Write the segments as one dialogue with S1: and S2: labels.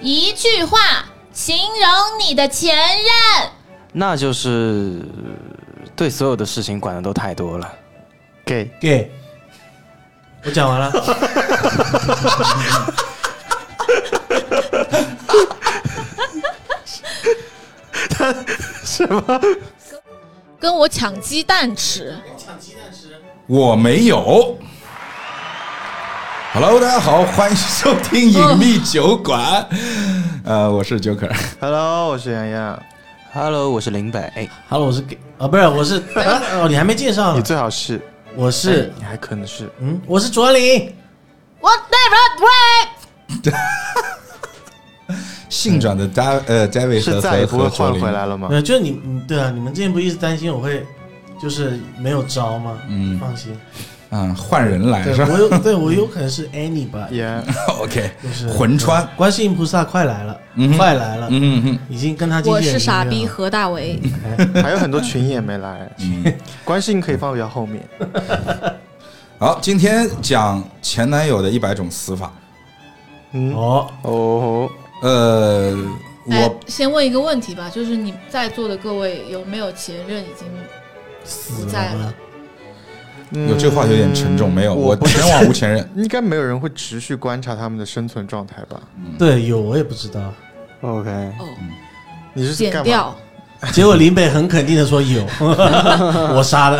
S1: 一句话形容你的前任，
S2: 那就是呃对所有的事情管的都太多了。
S3: gay
S4: gay。我讲完了，
S3: 什么？
S1: 跟我抢鸡蛋吃。
S5: 我没有。Hello，大家好，欢迎收听《隐秘酒馆》
S3: 哦
S5: 呃，我是 Joker。
S3: Hello，我是洋洋，
S2: Hello，我是林北。哎，
S4: 好了，我是 gay 啊，不是，我 是哦，你还没介绍
S3: 你
S4: 呢，
S3: 最好是，
S4: 我是
S5: 哎
S3: 你还可能是
S4: 嗯，我是卓林，
S1: What the r way？
S5: 性转的 Da 呃 David 和
S3: 嗯是再也不会
S5: 和和
S3: 换
S5: 卓
S3: 回
S5: 林
S3: 来了吗
S4: 没？有，就是你，嗯对啊，你们之前不一直担心我会就是没有招吗？
S5: 嗯
S4: 放心，
S5: 嗯，换人来
S4: 对
S5: 是吧
S4: 我有，对我有可能是 anybody，
S3: 耶，
S5: ？OK，
S4: 就是
S5: 魂穿。
S4: 观世音菩萨快来了，
S5: 嗯哼
S4: 快来了，
S5: 嗯嗯
S4: 已经跟他经纪
S6: 我
S4: 人
S6: 是傻
S4: 约
S6: 逼
S4: 了
S6: 何大为，
S3: 还有很多群也没来，
S5: 嗯。
S3: 关心可以放比较后面。
S5: 好，今天讲前男友的一百种死法。
S3: 嗯，
S4: 哦，
S3: 哦，
S5: 呃，
S6: 哎
S5: 我，
S6: 先问一个问题吧，就是你在座的各位有没有前任已经
S4: 死
S6: 不在
S4: 了
S6: 了，
S3: 嗯
S5: 有这话有点沉重，没有，我
S3: 不
S5: 全网无 前任。
S3: 应该没有人会持续观察他们的生存状态吧
S4: 对，有我也不知道，
S3: ？OK，
S6: 哦，
S3: 你是
S6: 剪
S3: 干嘛
S6: 掉，
S4: 结果林北很肯定的说 有，我杀的，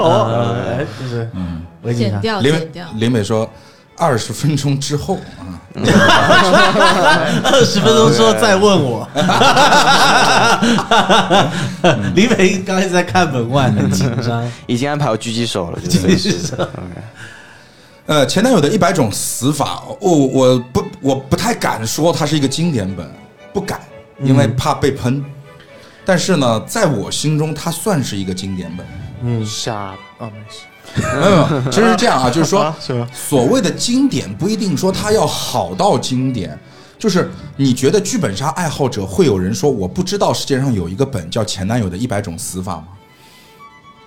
S4: 哦，哎就是
S5: 嗯，
S4: 我已经
S6: 剪
S4: 杀
S6: 掉，
S5: 林
S6: 剪
S5: 美
S6: 掉，
S5: 林美说，二十分钟之后啊，
S4: 二十分钟之后再问 我。李北刚一直在看门外，很紧张。
S2: 已经安排我狙击手了，就是
S5: 呃，前男友的一百种死法，我我不我不太敢说它是一个经典本，不敢，因为怕被喷。但是呢，在我心中，它算是一个经典本。
S4: 嗯，
S3: 傻啊，没事，
S5: 没有，没有其实是这样啊，就是说
S3: 啊，是吧？
S5: 所谓的经典不一定说它要好到经典，就是你觉得剧本杀爱好者会有人说我不知道世界上有一个本叫《前男友的一百种死法》吗？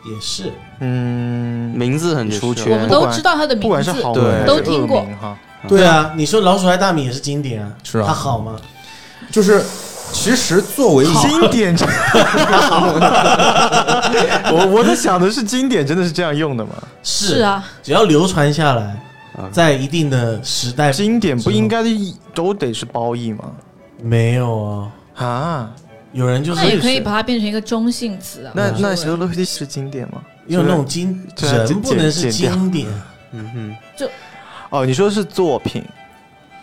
S4: 也是。
S3: 嗯，
S2: 名字很出
S6: 我
S3: 也是
S2: 圈
S6: 们。
S3: 不
S6: 都
S3: 管
S6: 知道他的
S3: 不
S6: 名
S3: 管是
S6: 字，
S3: 好
S2: 对
S3: 名
S6: 都
S3: 还是
S6: 听
S3: 恶
S6: 过
S3: 名哈，
S4: 对啊，你说老鼠爱大米也是经典啊，
S5: 是啊
S4: 它好吗？
S5: 就是其实作为
S3: 经典， 我我在想的是经典真的是这样用的吗？
S4: 是
S6: 是，啊，
S4: 只要流传下来，在一定的时代，
S3: 经典不应该都得是褒义吗？
S4: 没有啊。
S3: 啊，
S4: 有人就
S6: 那也
S4: 是
S6: 可以把它变成一个中性词啊。
S3: 那
S4: 对
S3: 那修罗皮是经典吗？
S4: 用那种经
S3: 这这
S4: 人不能是
S3: 剪掉
S4: 经典
S2: 嗯
S3: 哦，你说是作品，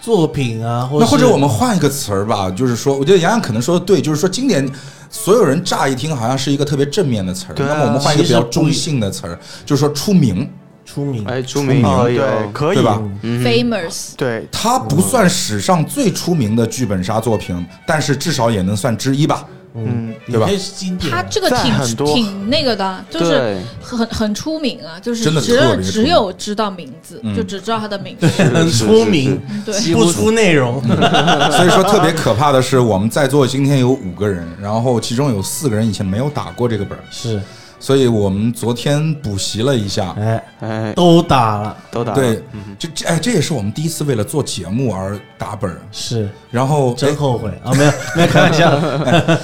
S4: 作品啊，或
S5: 那或者
S4: 是
S5: 我们换一个词儿吧，就是说，我觉得洋洋可能说的对，就是说经典，所有人乍一听好像是一个特别正面的词儿，
S3: 对啊
S5: 那么我们换一个比较
S4: 其实不
S5: 中性的词儿，就是说出名，
S4: 出名
S2: 哼，哎，出名
S3: 哦，
S2: 可以
S3: 对，
S2: 哦，
S3: 可以
S5: 对吧？
S2: 嗯哼
S6: Famous，
S3: 对，
S5: 它不算史上最出名的剧本杀作品，但是至少也能算之一吧。
S3: 嗯，
S4: 你
S5: 对吧
S4: 可以是经典
S6: 他
S4: 啊。
S6: 这个
S3: 在很
S6: 挺
S3: 多
S6: 挺那个的，啊就是
S2: 对，
S6: 很很出名啊，就是
S5: 真的
S6: 只有
S5: 特别出名
S6: 只有知道名字
S5: 嗯，
S6: 就只知道他的名字，
S4: 很出名，
S6: 嗯对。
S2: 几乎
S4: 不出内容。
S5: 嗯所以说特别可怕的是，我们在座今天有五个人，然后其中有四个人以前没有打过这个本儿，
S4: 是，
S5: 所以我们昨天补习了一下。
S4: 哎，嗯
S2: 哎，
S4: 都打了，
S2: 都打了
S5: 对，这这哎，这也是我们第一次为了做节目而打本儿，
S4: 是
S5: 然后哎
S4: 真后悔啊！没有，没有开玩 笑。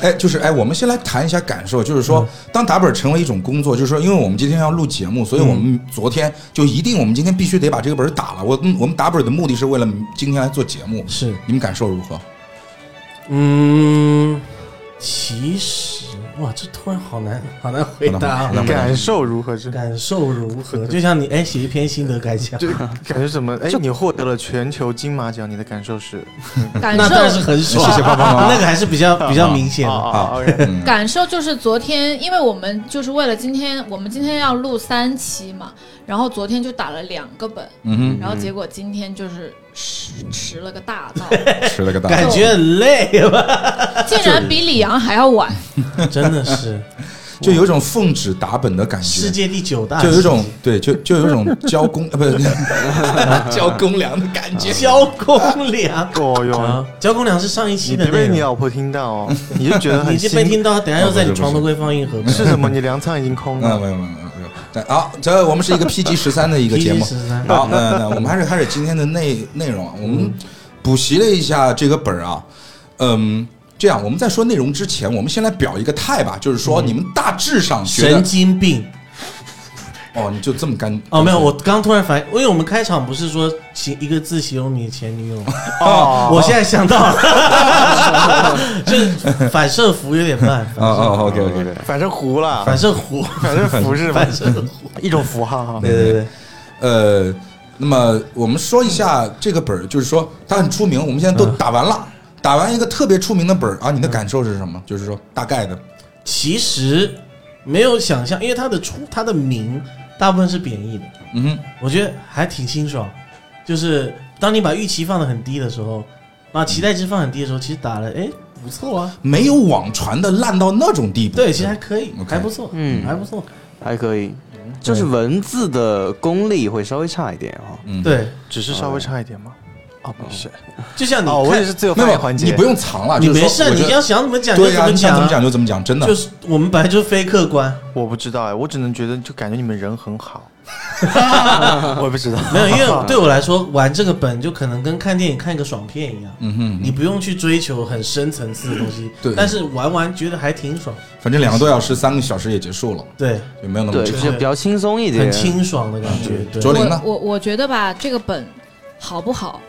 S5: 哎，就是哎，我们先来谈一下感受，就
S4: 嗯
S5: 是说，当打本成为一种工作，就是说，因为我们今天要录节目，所以我
S4: 嗯
S5: 们昨天就一定，我们今天必须得把这个本打了。我嗯我们打本的目的是为了今天来做节目，
S4: 是，
S5: 你们感受如何？
S4: 嗯，其实哇，这突然好难，好难回答
S5: 好难
S4: 啊。
S5: 回答
S3: 嗯感受如何是？
S4: 感受如何？就像你哎，写一篇心得感想，
S3: 就感觉怎么？哎，你获得了全球金马奖，你的感受是？
S6: 感
S4: 那当然是
S6: 受
S4: 很爽。
S5: 谢谢棒棒棒
S4: 那个还是比较比较明显的。
S3: 啊，OK，
S5: 嗯，
S6: 感受就是昨天，因为我们就是为了今天，我们今天要录三期嘛，然后昨天就打了两个本，
S5: 嗯
S6: 然后结果今天就是迟迟了个大到，
S5: 哼，吃了个蛋。
S4: 感觉很累 吧？
S6: 竟然比李阳还要晚。
S4: 真的是
S5: 就有一种奉旨打本的感
S4: 世
S5: 觉，
S4: 界第九大奇
S5: 就
S4: 迹，
S5: 有一种对，就就有 一种交公呃不是交公粮的感 觉。
S4: 交公粮
S3: 哦哟，
S4: 啊！交公粮是上一期
S3: 你
S4: 的
S3: 别
S4: 内
S3: 被你
S4: 容，
S3: 老婆听到哦，你就觉得
S4: 你
S3: 很
S4: 这被
S3: 新。
S4: 听到，等一下又在
S5: 哦
S4: 你
S5: 不是
S4: 床头柜放硬盒。
S3: 是什么？你粮仓已经空
S5: 嗯，
S3: 了。
S5: 没有没有没有没有，对啊，这我们是一个 PG 十三的一个节目
S4: PG 13。
S5: 好，那那我们还是开始今天的内内容啊，我
S4: 嗯
S5: 们补习了一下这个本儿啊，嗯。这样，我们在说内容之前，我们先来表一个态吧，就是说你们大致上觉得
S4: 嗯神经病
S5: 哦，你就这么干
S4: 哦，没有，我刚突然反应，因为我们开场不是说形一个字形容你的前女友吗？
S3: 哦
S4: 我现在想到 了，就是反射弧有点慢，
S5: 哦哦，OK 哦 OK，
S3: 反正糊了，
S4: 反射弧，
S3: 反正符是吧
S4: 反？射弧，
S3: 一种符号哈。
S4: 对对对，
S5: 呃，那么我们说一下这个本儿，就是说它很出名，我们现在
S4: 嗯
S5: 都打完了，打完一个特别出名的本儿啊，你的感受是什么？就是说大概的，
S4: 其实没有想象，因为它的出它的名大部分是贬义的，
S5: 嗯哼，
S4: 我觉得还挺清爽。就是当你把预期放得很低的时候，把期待值放很低的时候，其实打了，哎，不错啊，
S5: 没有网传的烂到那种地步。
S4: 对，其实还可以，
S5: 嗯 OK
S4: 还不错，
S2: 嗯
S4: 还不错，
S2: 还可以，就是文字的功力会稍微差一点哦。
S5: 嗯，
S4: 对，
S3: 只是稍微差一点吗？哦，不是，
S4: 就像你
S3: 哦，我也
S4: 看，
S3: 是自由发
S5: 没有
S3: 言环节，
S5: 你不用藏了，
S4: 你
S5: 就是
S4: 没
S5: 说
S4: 事，
S5: 我觉
S4: 你
S5: 得
S4: 要想怎么讲就
S5: 对呀、
S4: 怎么
S5: 你想
S4: 讲
S5: 怎么讲
S4: 啊，
S5: 就怎么讲，真的。
S4: 就是我们本来就是非客观，
S3: 我不知道哎，我只能觉得就感觉你们人很 好，我也不知道，
S4: 没有，因为对我来说，玩这个本就可能跟看电影看一个爽片一样，
S5: 嗯哼，
S4: 你不用去追求很深层次的东西，
S5: 对
S4: 但是玩完觉得还挺爽，
S5: 反正两个多小时、三个小时也结束了，
S4: 对，
S5: 也没有那么
S2: 对，
S5: 久。
S2: 就比较轻松一点，
S4: 很清爽的感觉，对，
S5: 卓林呢？
S6: 我我我觉得吧，这个本好不好，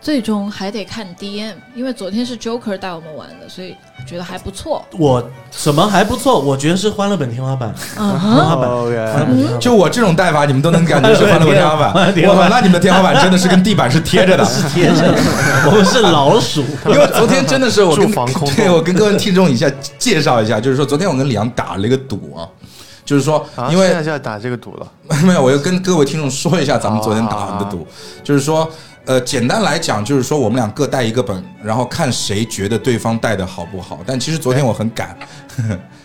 S6: 最终还得看 DM，因为昨天是 Joker 带我们玩的，所以觉得还不错。
S4: 我什么还不错，我觉得是欢乐本天花板，
S6: 嗯
S4: 天
S6: 哼，
S4: 花板，
S5: 哦
S4: 欢
S3: 嗯
S4: 乐本 天花板
S5: 就我这种带法，你们都能感觉是翻了个天花板。
S4: 天
S5: 我
S4: 花板
S5: 操，那你们的天花板真的是跟地板是 贴着的。
S4: 贴着，我们是老鼠，
S5: 因为昨天真的是我跟
S3: 住房空洞
S5: 对我跟各位听众一下介绍一下，就是说昨天我跟李阳打了一个赌啊，就是说
S3: 啊
S5: 因为
S3: 现在就要打这个赌了，
S5: 没有，我要跟各位听众说一下咱们昨天打完的赌，
S3: 啊
S5: 就是说，呃，简单来讲，就是说我们俩各带一个本，然后看谁觉得对方带的好不好。但其实昨天我很赶，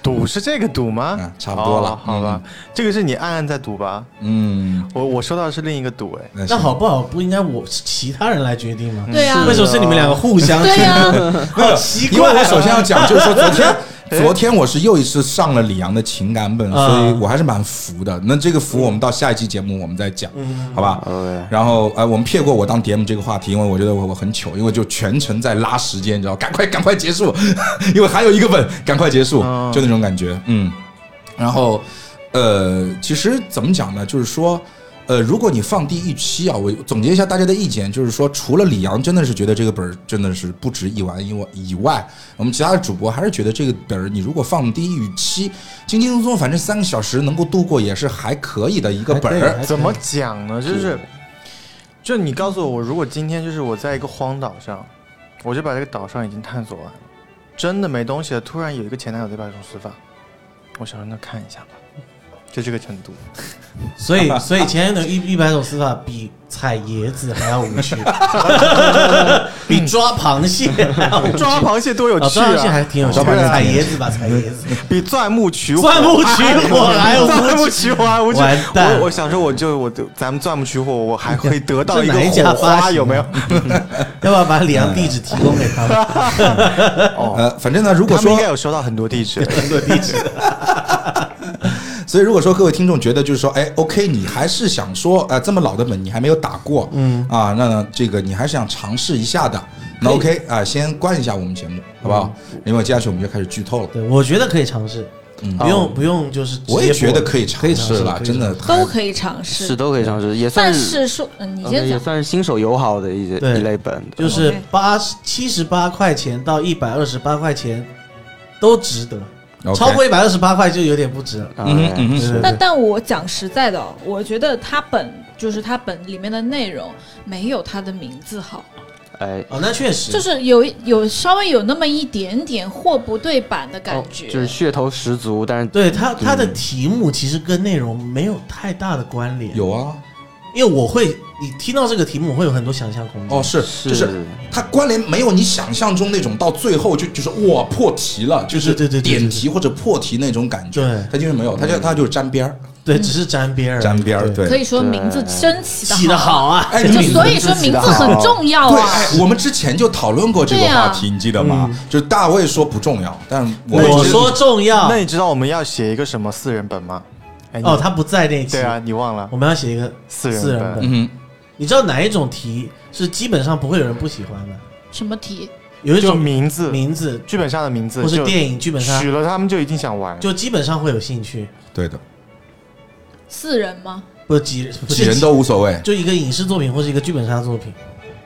S3: 赌是这个赌吗
S5: 嗯？差不多了
S3: 哦好吧，这个是你暗暗在赌吧？
S5: 嗯，
S3: 我我收到的是另一个赌哎，
S5: 那
S4: 那好不好不应该我其他人来决定吗？
S6: 嗯对呀、
S4: 为什么是你们两个互相决
S6: 对啊
S4: 定？
S6: 呀、
S4: 好奇
S5: 因为
S4: 怪啊，
S5: 我首先要讲，就是说昨天。 昨天我是又一次上了李阳的情感本，
S4: 啊
S5: 所以我还是蛮服的。那这个服我们到下一期节目我们再讲，
S4: 嗯
S5: 好吧？
S2: OK，
S5: 然后呃，我们撇过我当 DM 这个话题，因为我觉得我我很糗，因为就全程在拉时间，你知道，赶快赶快结束， 因为还有一个本，赶快结束，
S3: 嗯
S5: 就那种感觉，嗯。然后呃，其实怎么讲呢？就是说。呃，如果你放低预期啊，我总结一下大家的意见，就是说，除了李阳真的是觉得这个本儿真的是不值一玩以外以外，我们其他的主播还是觉得这个本儿你如果放低预期，轻轻松松，反正三个小时能够度过也是还可以的一个本
S4: 还可以还
S5: 儿
S4: 可。以
S3: 怎么讲呢？就是，就你告诉我，我如果今天就是我在一个荒岛上，我就把这个岛上已经探索完了，真的没东西了，突然有一个前男友在把种死法，我想让他看一下吧，就这个程度。
S4: 所以，所以前男友一一百种死法比采椰子还要无趣， 比抓螃蟹还要无趣。
S3: 抓螃蟹多有
S4: 啊
S3: 趣
S4: 抓螃蟹
S3: 啊！
S4: 还挺有趣
S5: 抓螃蟹
S4: 的，采椰子吧，采椰子，
S3: 比钻木取火，
S4: 钻木取火 还无
S3: 钻木
S4: 趣。
S3: 取火还无趣。
S4: 完蛋
S3: 我我想说，我就我就咱们钻木取火，我还 会得到一
S4: 这哪一
S3: 个
S4: 家
S3: 火
S4: 发啊
S3: 花，
S4: 行
S3: 有 没有？
S4: 要不要把李阳地址提供给他 们？
S5: 呃，反正呢，如果
S3: 他们
S5: 说
S3: 应该有收到很多地址。
S4: 提供地址。
S5: 所以如果说各位听众觉得就是说，哎，OK，你还是想说，呃，这么老的本你还没有打过，嗯啊，那这个你还是想尝试一下的，那 OK 啊、先关一下我们节目，好不好？
S4: 嗯
S5: 因为接下去我们就开始剧透了。
S4: 对，我觉得可以尝试，不用不用，就是直接
S5: 嗯我也觉得
S4: 播
S5: 可以尝试了，
S4: 可以尝试
S5: 真的
S6: 都
S5: 还
S6: 可以尝
S2: 是
S6: 试。
S2: 都可以尝试，也算
S6: 但是说，嗯，你
S2: OK，
S6: 先
S2: 也
S6: 讲。
S2: 算是新手友好的一
S4: 对
S2: 一类本。
S4: 就是
S6: 嗯
S4: 八七十八块钱到一百二十八块钱都值得，
S5: OK
S4: 超过一百二十八块就有点不值了。
S5: 嗯哼嗯
S2: 嗯，
S4: 对
S5: 哼
S4: 对对
S6: 但但我讲实在的哦，我觉得它本就是它本里面的内容没有它的名字好，
S2: 哎，
S4: 哦，那确实，
S6: 就是有有稍微有那么一点点货不对版的感
S2: 哦
S6: 觉。
S2: 就是噱头十足，但是
S4: 对它它的
S5: 嗯
S4: 题目其实跟内容没有太大的关联，
S5: 有啊，
S4: 因为我会你听到这个题目，我会有很多想象空间。
S5: 哦是
S2: 是
S5: 就是它关联没有你想象中那种到最后就就是哇破题了，就是
S4: 对对对对对
S5: 点题或者破题那种感觉，
S4: 对嗯
S5: 它就是没有，它就它就是沾边儿，
S4: 对，只是沾边儿，
S5: 沾边儿，
S4: 对，
S6: 可
S5: 对。
S6: 以说名字真起的
S4: 起的好啊，
S5: 哎，
S6: 就
S5: 你
S6: 所以说名字很重要
S5: 对，
S6: 啊。
S5: 哎，我们之前就讨论过这个
S6: 对
S5: 话
S6: 啊
S5: 题，你记得吗？
S3: 嗯
S5: 就是大卫说不重要，但我
S4: 我
S5: 们
S4: 说重要
S3: 那，你知道我们要写一个什么四人本吗？哎
S4: 哦，
S3: 你
S4: 他不在那一期
S3: 对，啊，你忘了
S4: 我们要写一个
S3: 四人
S4: 四人
S3: 本
S4: 本。
S5: 嗯
S4: 你知道哪一种题是基本上不会有人不喜欢的？
S6: 什么题？
S4: 有一
S3: 就
S4: 种
S3: 名字，
S4: 名字
S3: 剧本杀的名字，
S4: 或是
S3: 就
S4: 电影剧本杀，
S3: 取了他们就一定想玩。
S4: 就基本上会有兴趣。
S5: 哼，对的，
S6: 四人吗？
S4: 不几不
S5: 几
S4: 是
S5: 人都无所谓。
S4: 就一个影视作品或是一个剧本杀作品，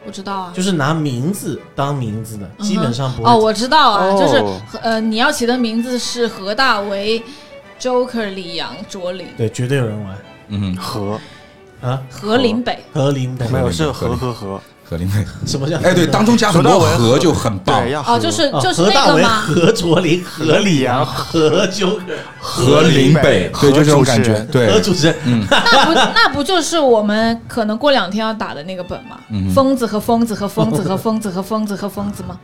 S6: 不知道啊。
S4: 就是拿名字当名字的，
S6: 哼
S4: 基本上不会。
S6: 哦，我知道啊，
S3: 哦
S6: 就是和呃，你要起的名字是何大为、Joker、李阳、卓林、
S4: 对，绝对有人玩
S5: 嗯哼，
S3: 和
S4: 啊！
S6: 何林北。
S4: 和林北
S3: 没有是和
S5: 合理
S3: 和和，
S5: 何林妹，
S4: 什么叫？
S5: 哎，对，当中加很多
S3: 说到
S5: 和
S3: 我
S5: 就很棒
S3: 对，。要和
S6: 哦，就是
S4: 哦
S6: 就是
S4: 何
S6: 那
S4: 大
S6: 个
S4: 为、
S6: 吗？
S4: 何卓林、何李阳、
S3: 阳
S4: 何纠
S5: 和林北，
S3: 和
S5: 对，就这种
S3: 主持
S5: 感觉
S3: 人，
S4: 何
S5: 对，
S4: 主持人，
S5: 嗯，
S6: 那不那不就是我们可能过两天要打的那个本吗？
S5: 嗯哼
S6: 疯子和疯子和疯子和疯子和疯子和疯子吗？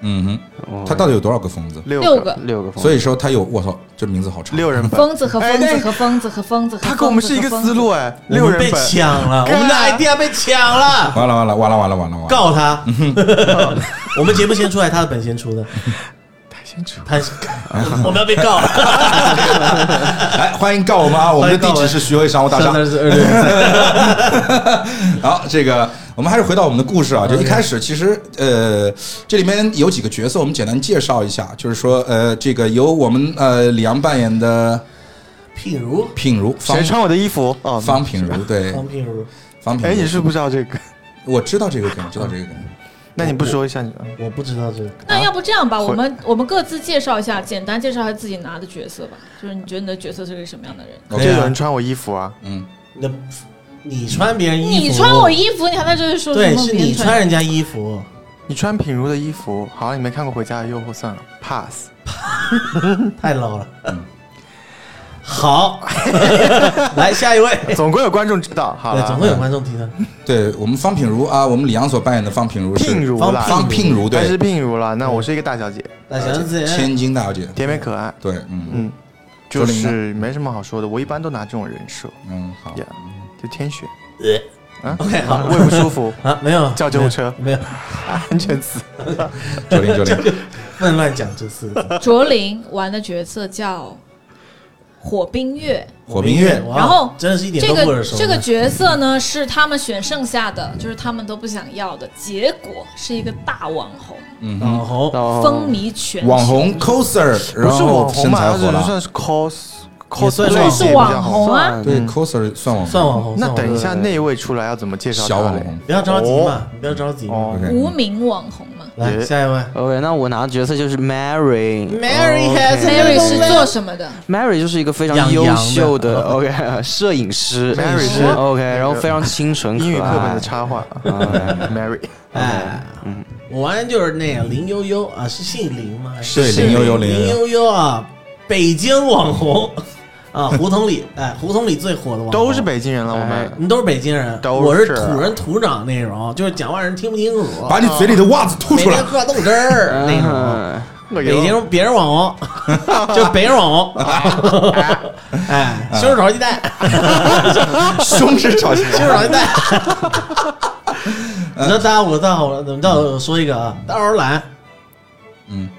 S5: 嗯
S2: 哦
S5: 哼，他到底有多少个疯子？
S3: 六
S6: 六
S3: 个
S6: 个
S2: 六个疯子，
S5: 所以说他有，我操，这名字好长。
S3: 六人本，
S6: 疯子和疯子和疯子和疯子和
S3: 他跟我们是一个思路哎，六
S4: 我们
S3: 人
S4: 被
S3: 本
S4: 抢了，我们的 idea 被抢了，
S5: 完了完了完了完了完了完了！
S4: 告他！ 我们节目先出来，他的本先出的，
S3: 先出
S4: 他 我们要被告了。
S5: 来，欢迎告我们啊！我们的地址是徐汇商务大厦。
S4: 是二六
S5: 好，这个我们还是回到我们的故事啊，就一开始其实呃，这里面有几个角色，我们简单介绍一下，就是说呃，这个由我们呃李阳扮演的
S4: 譬如，
S5: 品如方
S3: 谁穿我的衣服？哦，
S5: 方品如对
S4: 方譬如，
S5: 方品如，
S3: 哎，你是不是不知道这个，
S5: 我知道这个梗，知道这个梗，
S3: 那你不说一下？
S4: 我不知道这个，
S6: 那要不这样吧，
S3: 会
S6: 我们我们各自介绍一下，简单介绍一下自己拿的角色吧。就是你觉得你的角色是个什么样的人？
S3: 就
S4: 对啊
S3: 有人穿我衣服啊？
S5: 嗯，
S4: 那你穿别人衣服，
S6: 你穿我衣服，你还在这里说什
S4: 对，
S6: 么？
S4: 是
S6: 别人
S4: 你穿人家衣服，
S3: 你穿品如的衣服，好像你没看过《回家的诱惑》，算了，pass。
S6: 嗯
S4: 太 low 了。好， 来下一位，
S3: 总归有观众知道，好
S4: 对，
S3: 了，
S4: 哎总会有观众听的。
S5: 对我们方品如啊，我们李阳所扮演的方品如
S3: 聘
S5: 是
S3: 如
S4: 方
S3: 啦，
S5: 方品如
S3: 还是
S5: 对，
S3: 聘如啦。那我是一个大小姐，
S4: 大祥子，
S5: 千金大小姐，
S3: 甜美可爱，
S5: 对，嗯
S3: 嗯，就
S5: 卓
S3: 是没什么好说的。我一般都拿这种人设，
S5: 嗯，好，
S3: Yeah 就天选。啊
S4: OK，好
S3: 胃不舒服，
S4: 啊，没有
S3: 叫救护车
S4: 没有，
S3: 安全词。
S5: 九 零九零，
S4: 不能乱讲 这四个字。
S6: 卓林玩的角色叫火冰月，
S5: 火冰月
S4: 哇
S6: 然后
S4: 真的是一点
S6: 这
S4: 都不耳
S6: 个
S4: 熟呢。
S6: 这个角色呢 是他们选剩下的，就是他们都不想要的，结果是一个大网红，
S5: 嗯哼，
S4: 网红，
S6: 风靡全球。
S5: 网红 coser，
S3: 不
S5: 然
S3: 是网
S5: 后
S3: 红
S5: 身
S3: 嘛，
S5: 材
S3: 他只
S5: 火
S3: 是
S5: 了，
S3: 算是 cos
S4: 也
S3: cos
S4: 算是
S3: 类型比较
S6: 网红
S3: 好。
S6: 啊
S4: 哦
S2: 算
S5: 对
S2: 嗯
S5: coser 算网红，
S4: 算网红，
S3: 那
S4: 算网红
S3: 等一下那位出来要怎么介绍
S5: 小
S3: 他
S5: 网
S3: 嘞？
S5: 红，
S4: 不要着急嘛，你不要着急嘛。
S3: 哦
S5: OK
S6: 无名网红嘛。
S4: 来
S3: 也
S4: 下一位
S2: OK，那我拿的角色就是 Mary。
S4: ，Mary has
S6: Mary 是做什么的？
S2: Mary 就是一个非
S4: 养
S2: 常
S4: 羊
S2: 优
S4: 的
S2: 秀的 OK 摄影师
S3: Mary 是
S2: ，OK，然后
S3: 那个
S2: 非常清纯可爱。
S3: 英语课本的插画啊，Mary，
S4: 哎，
S2: 嗯
S4: 我玩的就是那个林悠悠啊，是姓林吗？还是
S5: 对
S4: 姓
S5: 林悠悠林悠
S4: 林
S5: 悠
S4: 悠悠啊，北京网红 啊，胡同里哎，胡同里最火的网红
S3: 都是，北京人了，我们
S4: 你们都是北京人，
S3: 都
S4: 我是
S3: 是
S4: 土生土长那种，就是讲话人听不清楚，
S5: 把你嘴里的袜子吐
S4: 每
S5: 出来
S4: 天，嗑豆汁儿那
S3: 啊
S4: 种。
S2: 嗯
S4: 北京别人 网红，就别人网红，哎，
S3: 啊
S4: 西红柿炒鸡 蛋，
S5: 胸是朝鲜
S4: 西红柿炒鸡蛋。你知道大家我到好了，怎么着？我说一个啊，大肉兰，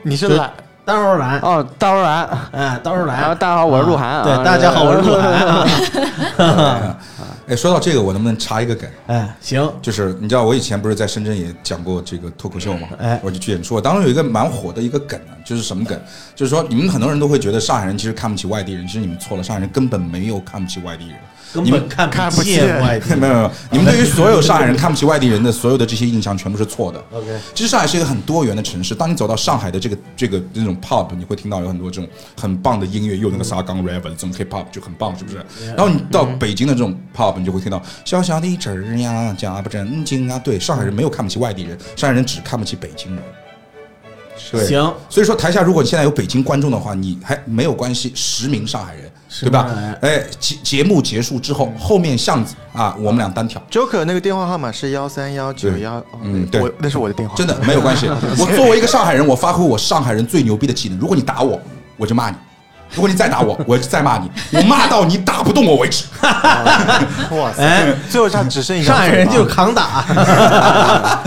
S3: 你是懒，
S4: 大肉兰，
S2: 哦，大柔然，
S4: 哎，大肉
S2: 然后
S4: 兰。
S2: 大家好，我是鹿晗啊。
S4: 对，大家好，我是鹿晗啊。
S5: 哎，说到这个，我能不能插一个梗？
S4: 哎，行，
S5: 就是你知道我以前不是在深圳也讲过这个脱口秀嘛，
S4: 哎
S5: 我就去演出，当时有一个蛮火的一个梗啊，就是什么梗？就是说你们很多人都会觉得上海人其实看不起外地人，其实你们错了，上海人根本没有看不起外地人。
S4: 根
S5: 你
S4: 本
S5: 们
S4: 看
S3: 看
S4: 不
S3: 不
S4: 见
S3: 见
S4: 外地。
S5: 没有没有，你们对于所有上海人看不起外地人的所有的这些印象全部是错的。
S4: OK，
S5: 其实上海是一个很多元的城市。当你走到上海的这个这个这种 pub，你会听到有很多这种很棒的音乐，又有那个沙冈 rap 这种 hip hop 就很棒，是不是？然后你到北京的这种 pub，你就会听到小小的侄儿呀，家不正经啊。对，上海人没有看不起外地人，上海人只看不起北京人。对，
S4: 行，
S5: 所以说，台下如果你现在有北京观众的话，你还没有关系，实名上海人，
S4: 实
S5: 对
S4: 名
S5: 吧
S4: 上海人？
S5: 哎，节节目结束之后，后面巷子啊，我们俩单挑。
S3: Joker 那个电话号码是幺三幺九幺，哦
S5: 嗯对
S3: 我那是我的电话，
S5: 真的没有关系。我作为一个上海人，我发挥我上海人最牛逼的技能。如果你打我，我就骂你；如果你再打我， 我就再骂你。我骂到你打不动我为止。
S3: 哇
S4: 哎
S3: 塞，最后他只剩一张
S4: 上海人
S3: 嘴巴
S4: 就是扛打。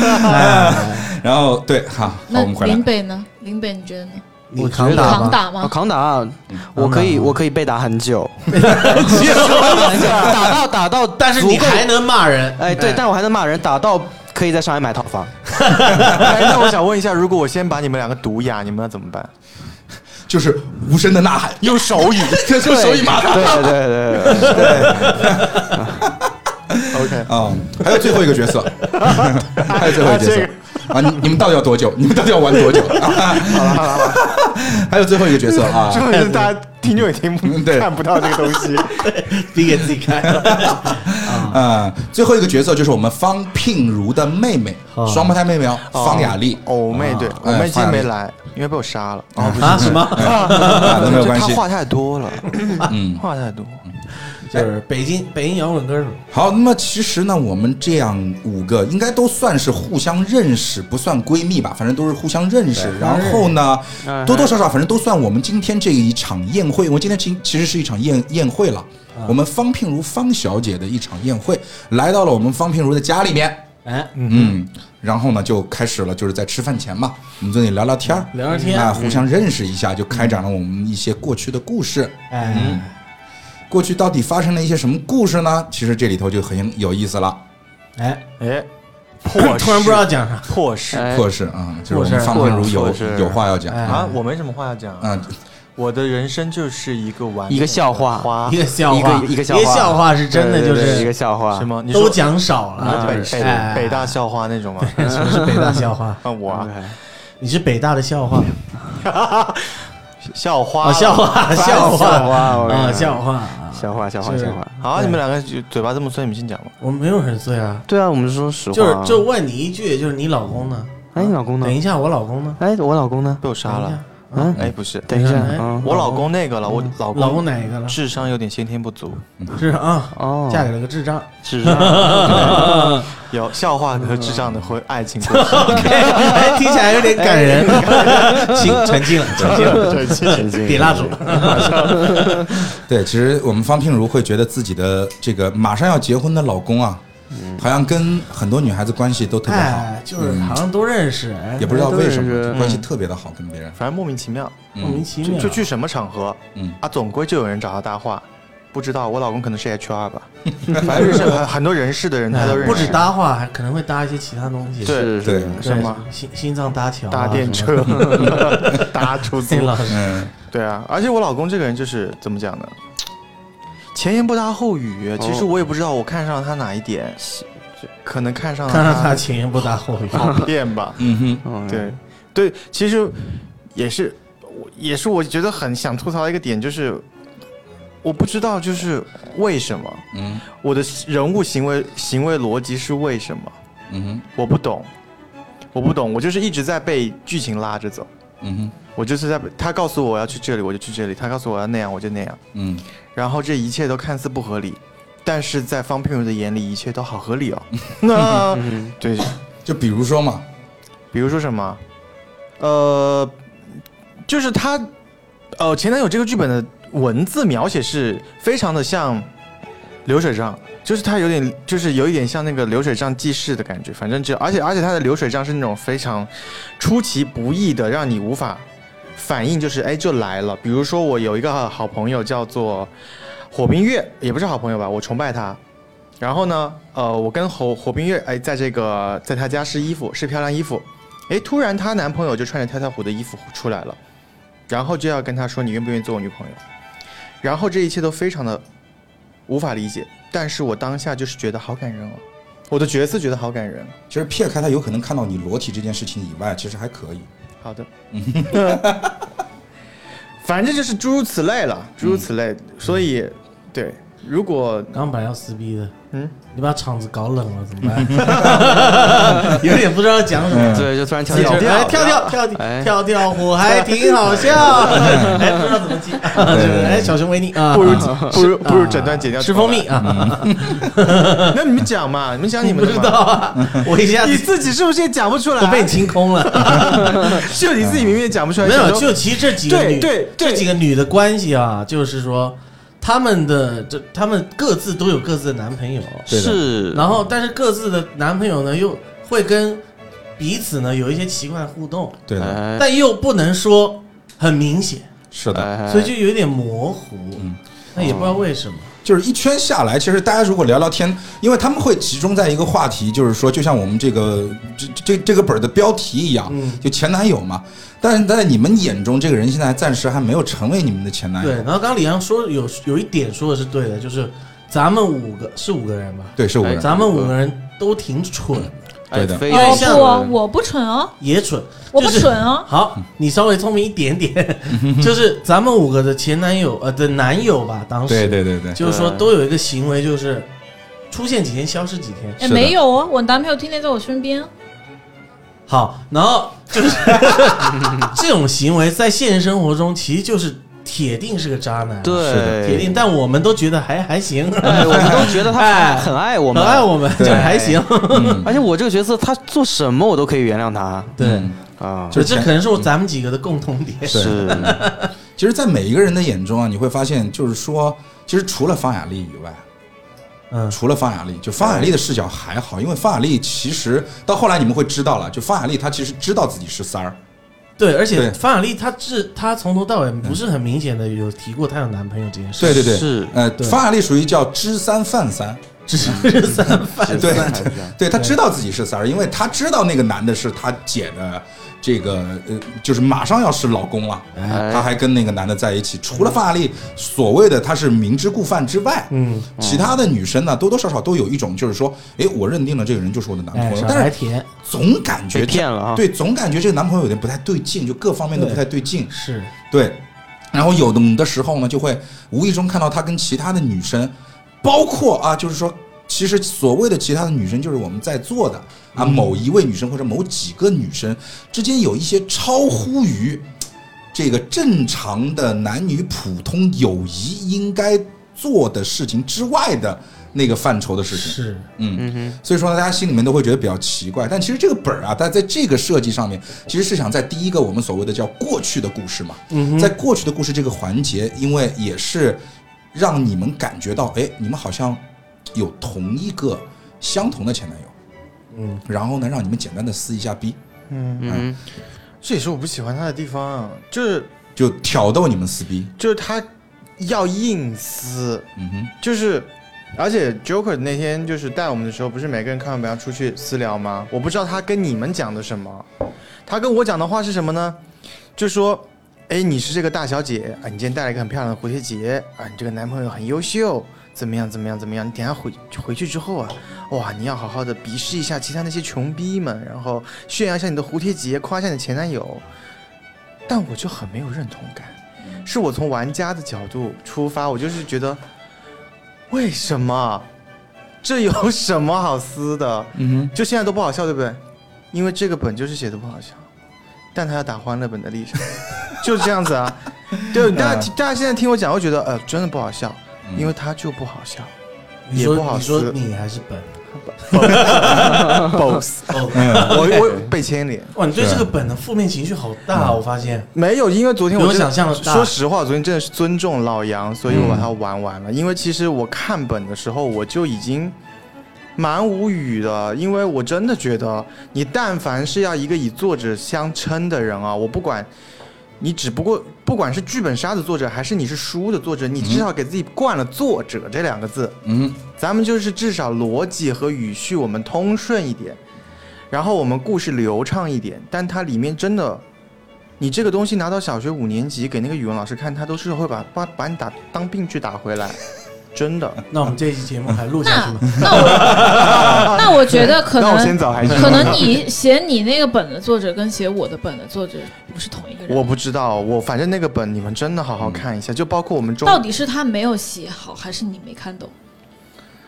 S4: 哎
S5: 然后对，好，好，
S6: 那
S5: 我们回来
S6: 林。北呢？林北你觉得呢？
S3: 你
S2: 我
S3: 扛
S2: 觉得
S3: 打
S6: 扛
S3: 吗？
S6: 打
S2: 我
S6: 吗？
S2: 哦啊扛打，我可
S4: 嗯
S2: 以，我可以被打很久， 打到打到，
S4: 但是
S2: 足
S4: 你
S2: 够
S4: 还能骂人，
S2: 哎，对，但我还能骂人，打到可以在上海买套房。
S3: 哎，那我想问一下，如果我先把你们两个毒哑，你们要怎么办？
S5: 就是无声的呐喊，用手语， 用手语骂他。
S2: 对对对对对，
S3: OK，
S5: 啊、还有最后一个角 色，还有最后一个角色啊！你你们到底要多久？你们到底要玩多久？
S3: 好了好了好了，
S5: 还有最后一个角色啊
S3: 这！个是大家听就也听
S5: 嗯
S3: 不
S5: 对
S3: 看不到这个东 西。
S4: 逼给自己看。
S5: 嗯，最后一个角色就是我们方聘如的妹妹，
S4: 哦
S3: 啊
S5: 双胞胎妹妹哦，方雅丽。
S3: 欧哦妹对，欧
S5: 哎
S3: 妹今天没来，因为被我杀了。哦，不是
S4: 啊什么？
S5: 啊，都没有关
S3: 就
S5: 系
S3: 他。话太多了，
S5: 嗯，
S3: 话太多。
S4: 就是北京北京摇滚歌手，
S5: 好，那么其实呢，我们这样五个应该都算是互相认识，不算闺蜜吧，反正都是互相认识。然后呢，
S4: 嗯
S5: 多多少少反正都算我们今天这一场宴会。我今天其其实是一场宴宴会了，
S4: 嗯
S5: 我们方聘如方小姐的一场宴会，来到了我们方聘如的家里面。
S4: 哎，
S5: 嗯，然后呢就开始了，就是在吃饭前嘛，我们这里聊聊天儿，
S4: 嗯聊聊天
S5: 啊，互相认识一下，就开展了我们一些过去的故事。
S2: 嗯
S4: 哎，
S5: 过去到底发生了一些什么故事呢？其实这里头就很有意思了。
S4: 哎，
S3: 哎，破
S4: 突然不知道讲啥，
S3: 破事
S2: 哎
S5: 破事啊，就是我
S4: 破
S5: 们
S4: 事
S5: 方汉如有
S3: 破事
S5: 有话要讲
S4: 哎
S3: 啊！我没什么话要讲，
S5: 嗯，
S3: 我的人生就是一个玩
S2: 一个笑话
S3: 花
S4: 一个哎笑
S2: 啊一
S4: 话，
S2: 个一个笑
S4: 一
S2: 话
S4: 个笑话是真的就
S2: 对对对一个
S4: 是
S2: 笑话
S3: 是。吗？你说
S4: 都讲少
S3: 啊
S4: 了，
S3: 北
S4: 就是
S3: 北北大，笑话那种吗？
S4: 哎什么是北大笑话？
S3: 啊，我啊
S4: 你是北大的笑话
S3: 笑话
S4: 啊，
S3: 了
S4: 笑话，笑话
S2: 笑话我跟你
S4: 啊，
S2: 讲
S4: 笑话啊，
S2: 笑话笑话
S4: 是
S2: 笑话。
S3: 好，你们两个就嘴巴这么碎，你们先讲吧。
S4: 我没有很碎啊，
S2: 对啊，我们说实话，
S4: 就是就问你一句，就是你老公呢？
S2: 哎，你老公呢
S4: 等？一下，我老公呢？
S2: 哎，我老公呢？
S3: 被我杀了，
S2: 嗯，
S3: 哎，不是，
S2: 等一下
S4: 等一下
S2: 啊，
S3: 我老公那个了，我老
S4: 老公
S3: 公
S4: 哪一个了？
S3: 智商有点先天不足，
S4: 是啊，
S2: 哦
S4: 嫁给了个智障。
S2: 智 商，
S3: 有笑话和智障的会爱情故事。
S4: 哎，听起来有点感人。 行，沉浸了，沉浸了，沉浸。点蜡烛，
S5: 对，其实我们方聘如会觉得自己的这个马上要结婚的老公啊，好像跟很多女孩子关系都特别 好，
S4: 嗯哎，就是好像都认识，哎
S5: 也，不知道为什
S2: 都
S5: 么，
S2: 是
S5: 就关系特别的好，跟别人。
S3: 反正莫名其 妙，
S4: 莫名其
S3: 就
S4: 妙。
S3: 就去什么场合
S5: 嗯
S3: 啊，总归就有人找他搭话。不知道，我老公可能是 HR 吧，
S5: 嗯
S3: 反正认识很很多人事的人，他都认识。
S4: 哎不止搭话，还可能会搭一些其他东西。
S3: 对
S2: 是是
S5: 对
S4: 对
S3: 什么
S4: 心心脏搭桥啊、
S3: 搭电
S4: 什 么
S3: 车、 搭出租
S4: 的。对，了，
S5: 嗯，。
S3: 对啊，而且我老公这个人就是怎么讲呢？前言不搭后语，其实我也不知道我看上了他哪一点，可能看上了
S4: 看到他
S3: 他
S4: 前言不搭后语，
S3: 好骗吧
S5: 嗯哼，
S2: 嗯
S3: 对对，其实也是我也是我觉得很想吐槽的一个点，就是我不知道就是为什么
S5: 嗯
S3: 我的人物行为行为逻辑是为什么，
S5: 嗯哼，
S3: 我不懂，我不懂，我就是一直在被剧情拉着走。
S5: 嗯哼，
S3: 我就是在他告诉我要去这里，我就去这里；他告诉我要那样，我就那样。
S5: 嗯，
S3: 然后这一切都看似不合理，但是在方佩茹的眼里，一切都好合理哦。那
S2: 嗯
S3: 对，
S5: 就比如说嘛，
S3: 比如说什么，呃，就是他，呃，前男友这个剧本的文字描写是非常的像流水账，就是他有点，就是有一点像那个流水账记事的感觉。反正只而且而且他的流水账是那种非常出其不意的，让你无法反应，就是哎就来了。比如说我有一个好朋友叫做火冰月，也不是好朋友吧，我崇拜他。然后呢，呃，我跟火火冰月哎，在这个在她家试衣服，试漂亮衣服，哎，突然她男朋友就穿着跳跳虎的衣服出来了，然后就要跟她说你愿不愿意做我女朋友，然后这一切都非常的无法理解，但是我当下就是觉得好感人哦，我的角色觉得好感人。啊
S5: 其实撇开他有可能看到你裸体这件事情以外，其实还可以。
S3: 好的，反正就是诸如此类了，诸如此类，所以对，如果
S4: 刚刚本来要撕逼的，
S3: 嗯，
S4: 你把场子搞冷了怎么办？ 有点不知道讲什么。
S2: 对，就突然跳
S4: 就是
S2: 跳
S4: 哎跳跳跳
S2: 哎
S4: 跳跳火还挺好 笑，哎，不知道怎么记，就是哎，小熊维尼啊，
S3: 不如不如不如整段剪掉，
S4: 吃蜂蜜啊，
S3: 呃那你们讲嘛，你们讲你
S4: 不
S3: 们的
S4: 知
S3: 嘛。
S4: 道啊，我一下
S3: 你
S4: 子
S3: 自己是不是也讲不出来？
S4: 我被你清空了，
S3: 就你自己明明也讲不出来。
S4: 没
S3: 想
S4: 有，
S3: 说
S4: 就其实这几个
S3: 对
S4: 女
S3: 对
S4: 这
S3: 对
S4: 几个女的关系啊，就是说她们的这她们各自都有各自的男朋友，
S5: 对的
S2: 是，
S4: 然后但是各自的男朋友呢又会跟彼此呢有一些奇怪的互动，
S5: 对的，
S2: 哎
S4: 但又不能说很明显，
S5: 是的，
S2: 哎
S4: 所以就有点模糊。
S5: 嗯
S4: 那也不知道为什么。
S5: 就是一圈下来，其实大家如果聊聊天，因为他们会集中在一个话题，就是说，就像我们这个这这这个本儿的标题一样，
S4: 嗯
S5: 就前男友嘛。但是在你们眼中，这个人现在暂时还没有成为你们的前男友
S4: 对，，然后刚刚李阳说有有一点说的是对的，就是咱们五个是五个人吧，
S5: 对，嗯是我
S2: 哎
S5: 人。
S4: 咱们五个人都挺蠢的，啊
S2: 哎
S5: 对的
S2: 非
S4: 因为
S2: 常
S4: 像
S6: 不哦，我不蠢哦，
S4: 也蠢，
S6: 我不
S4: 就是
S6: 蠢哦。
S4: 好，你稍微聪明一点点，
S5: 嗯
S4: 就是咱们五个的前男友呃的男友吧，当时
S5: 对对对对，
S4: 就是说
S2: 对
S4: 都有一个行为，就是出现几天消失几天。
S6: 哎，
S5: 是的
S6: 没有哦，我男朋友天天在我身边。
S4: 好，然后就是 这种行为在现实生活中其实就是铁定是个渣男，，啊
S2: 对，
S4: 铁定。但我们都觉得还还行，
S2: 哎，我们都觉得他
S4: 哎
S2: 很爱我们，啊
S4: 很爱我们，就
S5: 对
S4: 还行。
S5: 嗯
S2: 而且我这个角色，他做什么我都可以原谅他
S4: 对，
S2: 啊。
S5: 嗯就是
S4: 这
S5: 前
S4: 可能是我咱们几个的共同点。
S5: 对
S2: 是，
S5: 其实，在每一个人的眼中啊，你会发现，就是说，其实除了方雅丽以外，
S4: 嗯，
S5: 除了方雅丽，就方雅丽的视角还好，因为方雅丽其实到后来你们会知道了，就方雅丽她其实知道自己是三儿，
S4: 对，而且
S5: 对
S4: 方雅丽她是她从头到尾不是很明显的有提过她有男朋友这件事，
S5: 对对对，
S2: 是
S5: 呃，
S4: 对
S5: 方雅丽属于叫知三犯三，
S4: 只是三番。
S2: 是
S5: 对
S2: 还是这样
S5: 对她知道自己是三儿，因为她知道那个男的是她姐的这个呃，就是马上要是老公了，
S2: 哎
S5: 她还跟那个男的在一起。除了方雅丽所谓的她是明知故犯之外，
S4: 嗯，
S5: 其他的女生呢多多少少都有一种就是说，哎，我认定了这个人就是我的男
S4: 哎，
S5: 朋友
S4: 小，
S5: 但
S4: 白
S5: 是
S4: 甜
S5: 总感觉
S2: 被
S5: 她
S2: 骗了啊！
S5: 对，总感觉这个男朋友有点不太对劲，就各方面都不太对劲。
S4: 是
S5: 对，然后有的的时候呢，就会无意中看到他跟其他的女生，包括啊，就是说，其实所谓的其他的女生，就是我们在座的啊，某一位女生或者某几个女生之间有一些超乎于这个正常的男女普通友谊应该做的事情之外的那个范畴的事情。
S4: 是，
S5: 嗯。
S2: 嗯哼，
S5: 所以说呢，大家心里面都会觉得比较奇怪。但其实这个本儿啊，它在这个设计上面，其实是想在第一个我们所谓的叫过去的故事嘛，
S4: 嗯哼
S5: 在过去的故事这个环节，因为也是让你们感觉到，哎，你们好像有同一个相同的前男友，
S4: 嗯，
S5: 然后呢，让你们简单的撕一下逼，
S3: 嗯，
S2: 嗯
S3: 这也是我不喜欢他的地方啊，就是
S5: 就挑逗你们撕逼。
S3: 就是他要硬撕，
S5: 嗯哼，
S3: 就是，而且 Joker 那天就是带我们的时候，不是每个人看完表出去私聊吗？我不知道他跟你们讲的什么，他跟我讲的话是什么呢？就说，哎，你是这个大小姐啊，你今天戴了一个很漂亮的蝴蝶结啊，你这个男朋友很优秀，怎么样怎么样怎么样？你等下回回去之后啊，哇，你要好好的鄙视一下其他那些穷逼们，然后炫耀一下你的蝴蝶结，夸一下你的前男友。但我就很没有认同感，是我从玩家的角度出发，我就是觉得为什么？这有什么好撕的？
S5: 嗯哼，
S3: 就现在都不好笑，对不对？因为这个本就是写的不好笑，但他要打欢乐本的立 场，就是这样子 啊。对，大家大家现在听我讲，会觉得呃，真的不好笑，因为他就不好笑。
S4: 你
S3: 也不
S4: 说
S3: 好
S4: 你说
S3: 撕
S4: 你还是本，
S3: boss，
S4: 哦，
S3: 我我被牵连，
S4: 哇，你对这个本的负面情绪好大啊，我发现。
S3: 没有，因为昨天
S4: 比
S3: 我
S4: 我
S3: 真的
S4: 想象的大
S3: 说实话，我昨天真的是尊重老杨，所以我把它玩完了。因为其实我看本的时候，我就已经蛮无语的，因为我真的觉得，你但凡是要一个以作者相称的人啊，我不管。你只不过不管是剧本杀的作者，还是你是书的作者，你至少给自己灌了“作者”这两个字。
S5: 嗯，
S3: 咱们就是至少逻辑和语序我们通顺一点，然后我们故事流畅一点。但它里面真的，你这个东西拿到小学五年级给那个语文老师看，他都是会把把把你打当病句打回来， 真的。
S4: 那我们这一期节目还录下去
S6: 那
S4: 吗？
S6: 那
S5: 啊
S6: 我 那我觉得可
S3: 那我先
S6: 能
S3: 走还是？
S6: 可能你写你那个本的作者跟写我的本的作者不是同一个人，
S3: 我不知道，我反正那个本你们真的好好看一下，就包括我们中
S6: 嗯到底是他没有写好，还是你没看懂？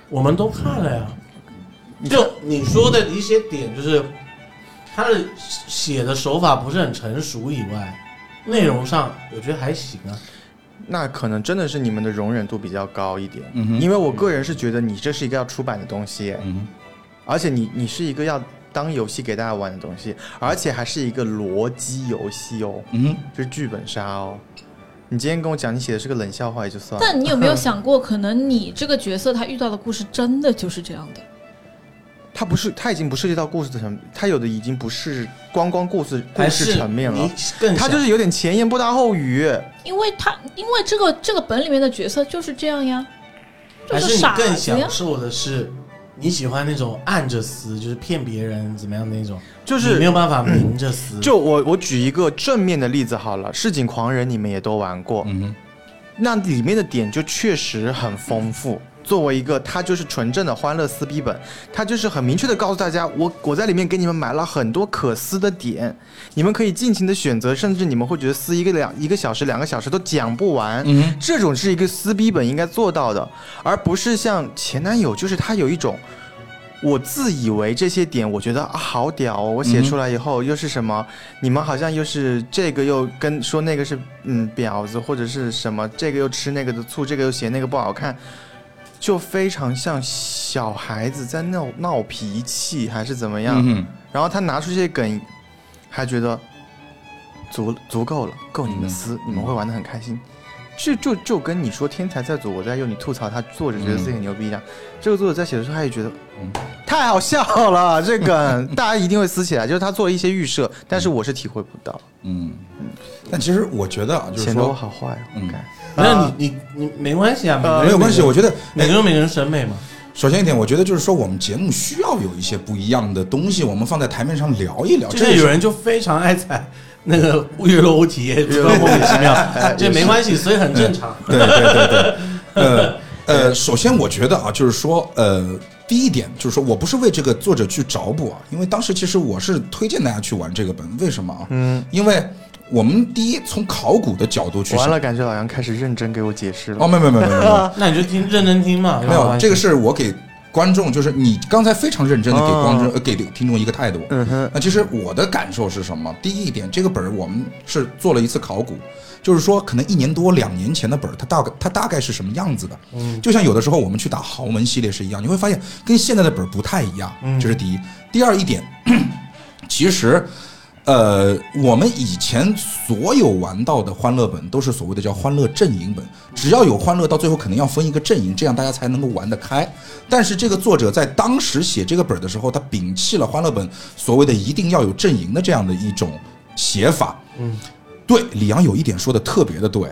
S4: 我们都看了呀。
S3: 你看
S4: 就你说的一些点，就是他的写的手法不是很成熟以外，内容上我觉得还行啊。
S3: 那可能真的是你们的容忍度比较高一点，
S5: 嗯哼
S3: 因为我个人是觉得你这是一个要出版的东西，
S5: 嗯
S3: 而且你你是一个要当游戏给大家玩的东西，而且还是一个逻辑游戏哦，
S5: 哼，嗯
S3: 就是剧本杀哦。你今天跟我讲你写的是个冷笑话也就
S4: 啊
S3: 算了，
S6: 但你有没有想过，可能你这个角色他遇到的故事真的就是这样的？
S3: 它不是，它已经不涉及到故事的层，它有的已经不是光光故事故
S4: 还
S3: 事
S4: 是
S3: 层面了
S4: 你，更
S3: 它
S4: 想
S3: 就是有点前言不搭后语。
S6: 因为他因为这个这个本里面的角色就是这样呀，就
S4: 还是你
S6: 傻
S4: 更
S6: 子呀
S4: 享。受的是你喜欢那种暗着撕，就是骗别人怎么样的那种，
S3: 就是
S4: 你没有办法明着啊撕。
S3: 就我我举一个正面的例子好了，《市井狂人》你们也都玩过，
S5: 嗯
S3: 那里面的点就确实很丰富。作为一个，它就是纯正的欢乐撕逼本，它就是很明确的告诉大家，我我在里面给你们买了很多可撕的点，你们可以尽情的选择，甚至你们会觉得撕一个两一个小时、两个小时都讲不完。
S5: 嗯，
S3: 这种是一个撕逼本应该做到的，而不是像前男友，就是他有一种，我自以为这些点，我觉得啊好屌、哦，我写出来以后又是什么，你们好像又是这个又跟说那个是嗯婊子或者是什么，这个又吃那个的醋，这个又嫌那个不好看，就非常像小孩子在闹闹脾气还是怎么样，
S5: 嗯
S3: 然后他拿出这些梗，还觉得足足够了，够你们
S5: 嗯
S3: 撕，你们会玩的很开心。这就就跟你说天才在左，我在右，你吐槽他作者觉得自己很牛逼一样。这个作者在写的时候，他也觉得、
S5: 嗯
S3: 太好笑 了，这梗大家一定会撕起来。就是他做了一些预设，但是我是体会不到，
S5: 嗯嗯。但其实我觉得啊，就是
S3: 显得我
S5: 说
S3: 好坏哦。
S5: 嗯
S3: OK
S4: 没有你你你没关系啊，
S3: 呃
S5: 没有关系，我觉得
S4: 每个人有每个人审美嘛。
S5: 首先一点，我觉得就是说我们节目需要有一些不一样的东西，我们放在台面上聊一聊。
S4: 就
S5: 哦这
S4: 是
S5: 个
S4: 有
S5: 是
S4: 人就非常爱踩那个月落乌啼夜，这 莫名其妙，这没关系，所以很正常。
S5: 对对对对，呃呃，首先我觉得啊，就是说呃。第一点就是说，我不是为这个作者去找补啊，因为当时其实我是推荐大家去玩这个本，为什么啊？嗯，因为我们第一从考古的角度去想
S3: 完，了，感觉老杨开始认真给我解释了。
S5: 哦，没有没有没有没有没有，
S4: 那你就听认真听嘛，
S5: 没有，这个
S4: 是
S5: 是我给观众，就是你刚才非常认真的给观众、
S3: 哦
S5: 呃给听众一个态度。
S3: 嗯哼，
S5: 那其实我的感受是什么？第一点，这个本儿我们是做了一次考古，就是说可能一年多、两年前的本儿，它大概它大概是什么样子的？
S3: 嗯
S5: 就像有的时候我们去打豪门系列是一样，你会发现跟现在的本儿不太一样。
S3: 嗯
S5: 这是第一。第二一点， 其实。呃，我们以前所有玩到的欢乐本都是所谓的叫欢乐阵营本，只要有欢乐，到最后可能要分一个阵营，这样大家才能够玩得开。但是这个作者在当时写这个本儿的时候，他摒弃了欢乐本所谓的一定要有阵营的这样的一种写法。嗯，对，李阳有一点说的特别的对，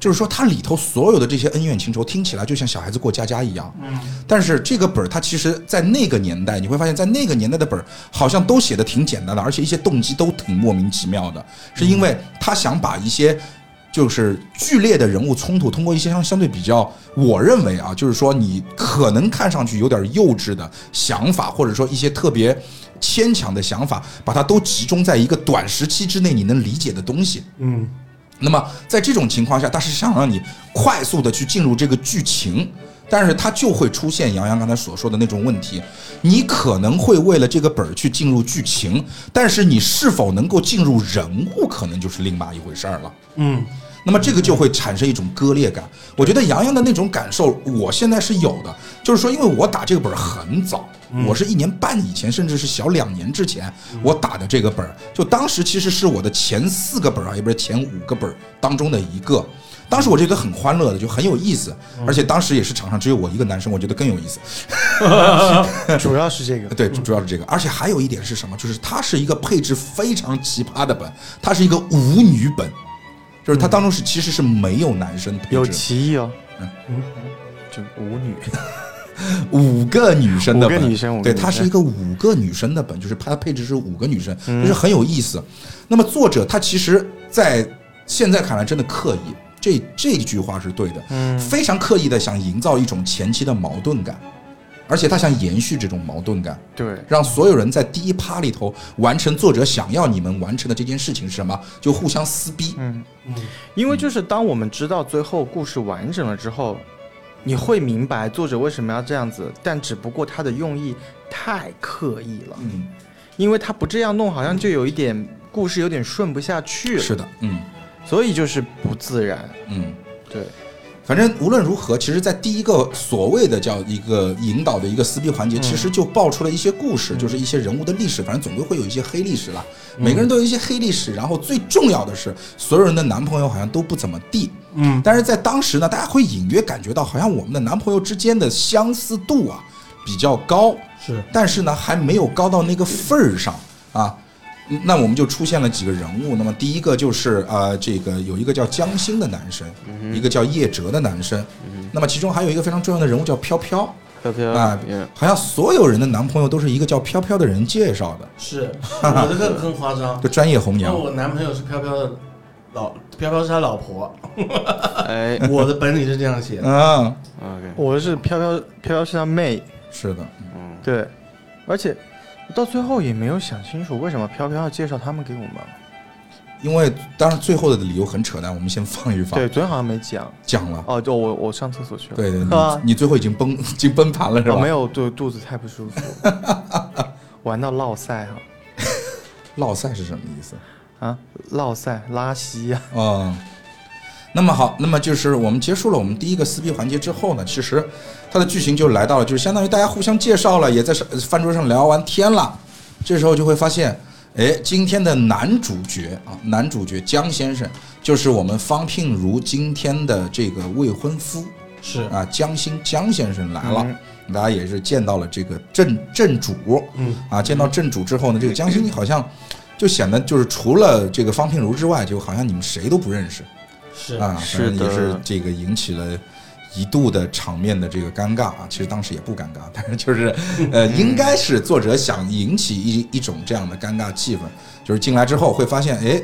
S5: 就是说它里头所有的这些恩怨情仇，听起来就像小孩子过家家一样。嗯，但是这个本儿它其实在那个年代，你会发现在那个年代的本儿好像都写的挺简单的，而且一些动机都挺莫名其妙的，是因为他想把一些。就是剧烈的人物冲突，通过一些相相对比较，我认为啊，就是说你可能看上去有点幼稚的想法，或者说一些特别牵强的想法，把它都集中在一个短时期之内你能理解的东西。
S4: 嗯，
S5: 那么在这种情况下，他是想让你快速的去进入这个剧情，但是它就会出现杨洋刚才所说的那种问题，你可能会为了这个本儿去进入剧情，但是你是否能够进入人物，可能就是另外一回事儿了。
S4: 嗯，
S5: 那么这个就会产生一种割裂感。我觉得洋洋的那种感受，我现在是有的，就是说，因为我打这个本儿很早，我是一年半以前，甚至是小两年之前，我打的这个本儿，就当时其实是我的前四个本儿啊，也不是前五个本儿当中的一个。当时我觉得很欢乐的，就很有意思，而且当时也是场上只有我一个男生，我觉得更有意思。
S3: 主要是这个。
S5: 对，主要是这个，而且还有一点是什么？就是它是一个配置非常奇葩的本，它是一个舞女本，就是它当中是其实是没有男生配置的，
S3: 有歧义哦，
S5: 嗯
S3: 就舞女，
S5: 五个女生的本，
S3: 五个女生五个
S5: 对，
S3: 女生
S5: 它是一个五个女生的本，就是它配置是五个女生，
S3: 嗯
S5: 就是很有意思。那么作者他其实在现在看来真的刻意，这这句话是对的，
S3: 嗯
S5: 非常刻意的想营造一种前期的矛盾感，而且他想延续这种矛盾感。
S3: 对，
S5: 让所有人在第一趴里头完成作者想要你们完成的这件事情是什么？就互相撕逼。
S3: 嗯，因为就是当我们知道最后故事完整了之后，你会明白作者为什么要这样子，但只不过他的用意太刻意了，
S5: 嗯，
S3: 因为他不这样弄，好像就有一点故事有点顺不下去，
S5: 是，的，嗯
S3: 所以就是不自然，
S5: 嗯。
S3: 对，
S5: 反正无论如何，其实，在第一个所谓的叫一个引导的一个撕逼环节，其实就爆出了一些故事，就是一些人物的历史，反正总归会有一些黑历史啦。每个人都有一些黑历史，然后最重要的是，所有人的男朋友好像都不怎么地。嗯，但是在当时呢，大家会隐约感觉到，好像我们的男朋友之间的相似度啊比较高。
S4: 是
S5: 但是呢还没有高到那个份儿上啊。嗯那我们就出现了几个人物，那么第一个就是呃，这个有一个叫江心的男生，
S3: 嗯
S5: 一个叫叶哲的男生，那么其中还有一个非常重要的人物叫飘飘，
S2: 飘飘
S5: 啊
S2: 嗯
S5: 好像所有人的男朋友都是一个叫飘飘的人介绍的，
S4: 是，我这个更夸
S3: 啊
S4: 张，
S5: 就专业红
S4: 因为
S3: 哦
S5: 娘。
S4: 我男朋友是飘飘的老，飘飘是他老婆，
S2: 哎
S4: 我的本里是这样写 的，
S5: 嗯，
S2: ，OK，
S3: 我是飘飘，飘飘是他妹，
S5: 是的，
S2: 嗯，
S3: 对，而且到最后也没有想清楚为什么飘飘要介绍他们给我们。
S5: 因为当然最后的理由很扯淡，我们先放一放
S3: 对，，昨天好像没讲。
S5: 讲了。
S3: 哦，就我我上厕所去了。
S5: 对对，
S3: 啊
S5: 你你最后已经崩已经崩盘了是吧？
S3: 哦，没有，对，肚子太不舒 服，玩到落塞哈
S5: 落塞是什么意思？
S3: 啊，落塞拉稀啊，
S5: 嗯，那么好，那么就是我们结束了我们第一个撕逼环节之后呢，其实它的剧情就来到了，就是相当于大家互相介绍了，也在上饭桌上聊完天了。这时候就会发现，哎，今天的男主角啊，男主角江先生就是我们方聘如今天的这个未婚夫
S4: 是，
S5: 啊，江心江先生来了。
S3: 嗯
S5: 大家也是见到了这个正正主，
S4: 嗯，
S5: 啊，见到正主之后呢，这个江心好像就显得就是除了这个方聘如之外，就好像你们谁都不认识
S4: 是，
S5: 啊，反正
S2: 是的
S5: 也是这个引起了。一度的场面的这个尴尬啊，其实当时也不尴尬，但是就是，呃，应该是作者想引起一一种这样的尴尬气氛，就是进来之后会发现，哎，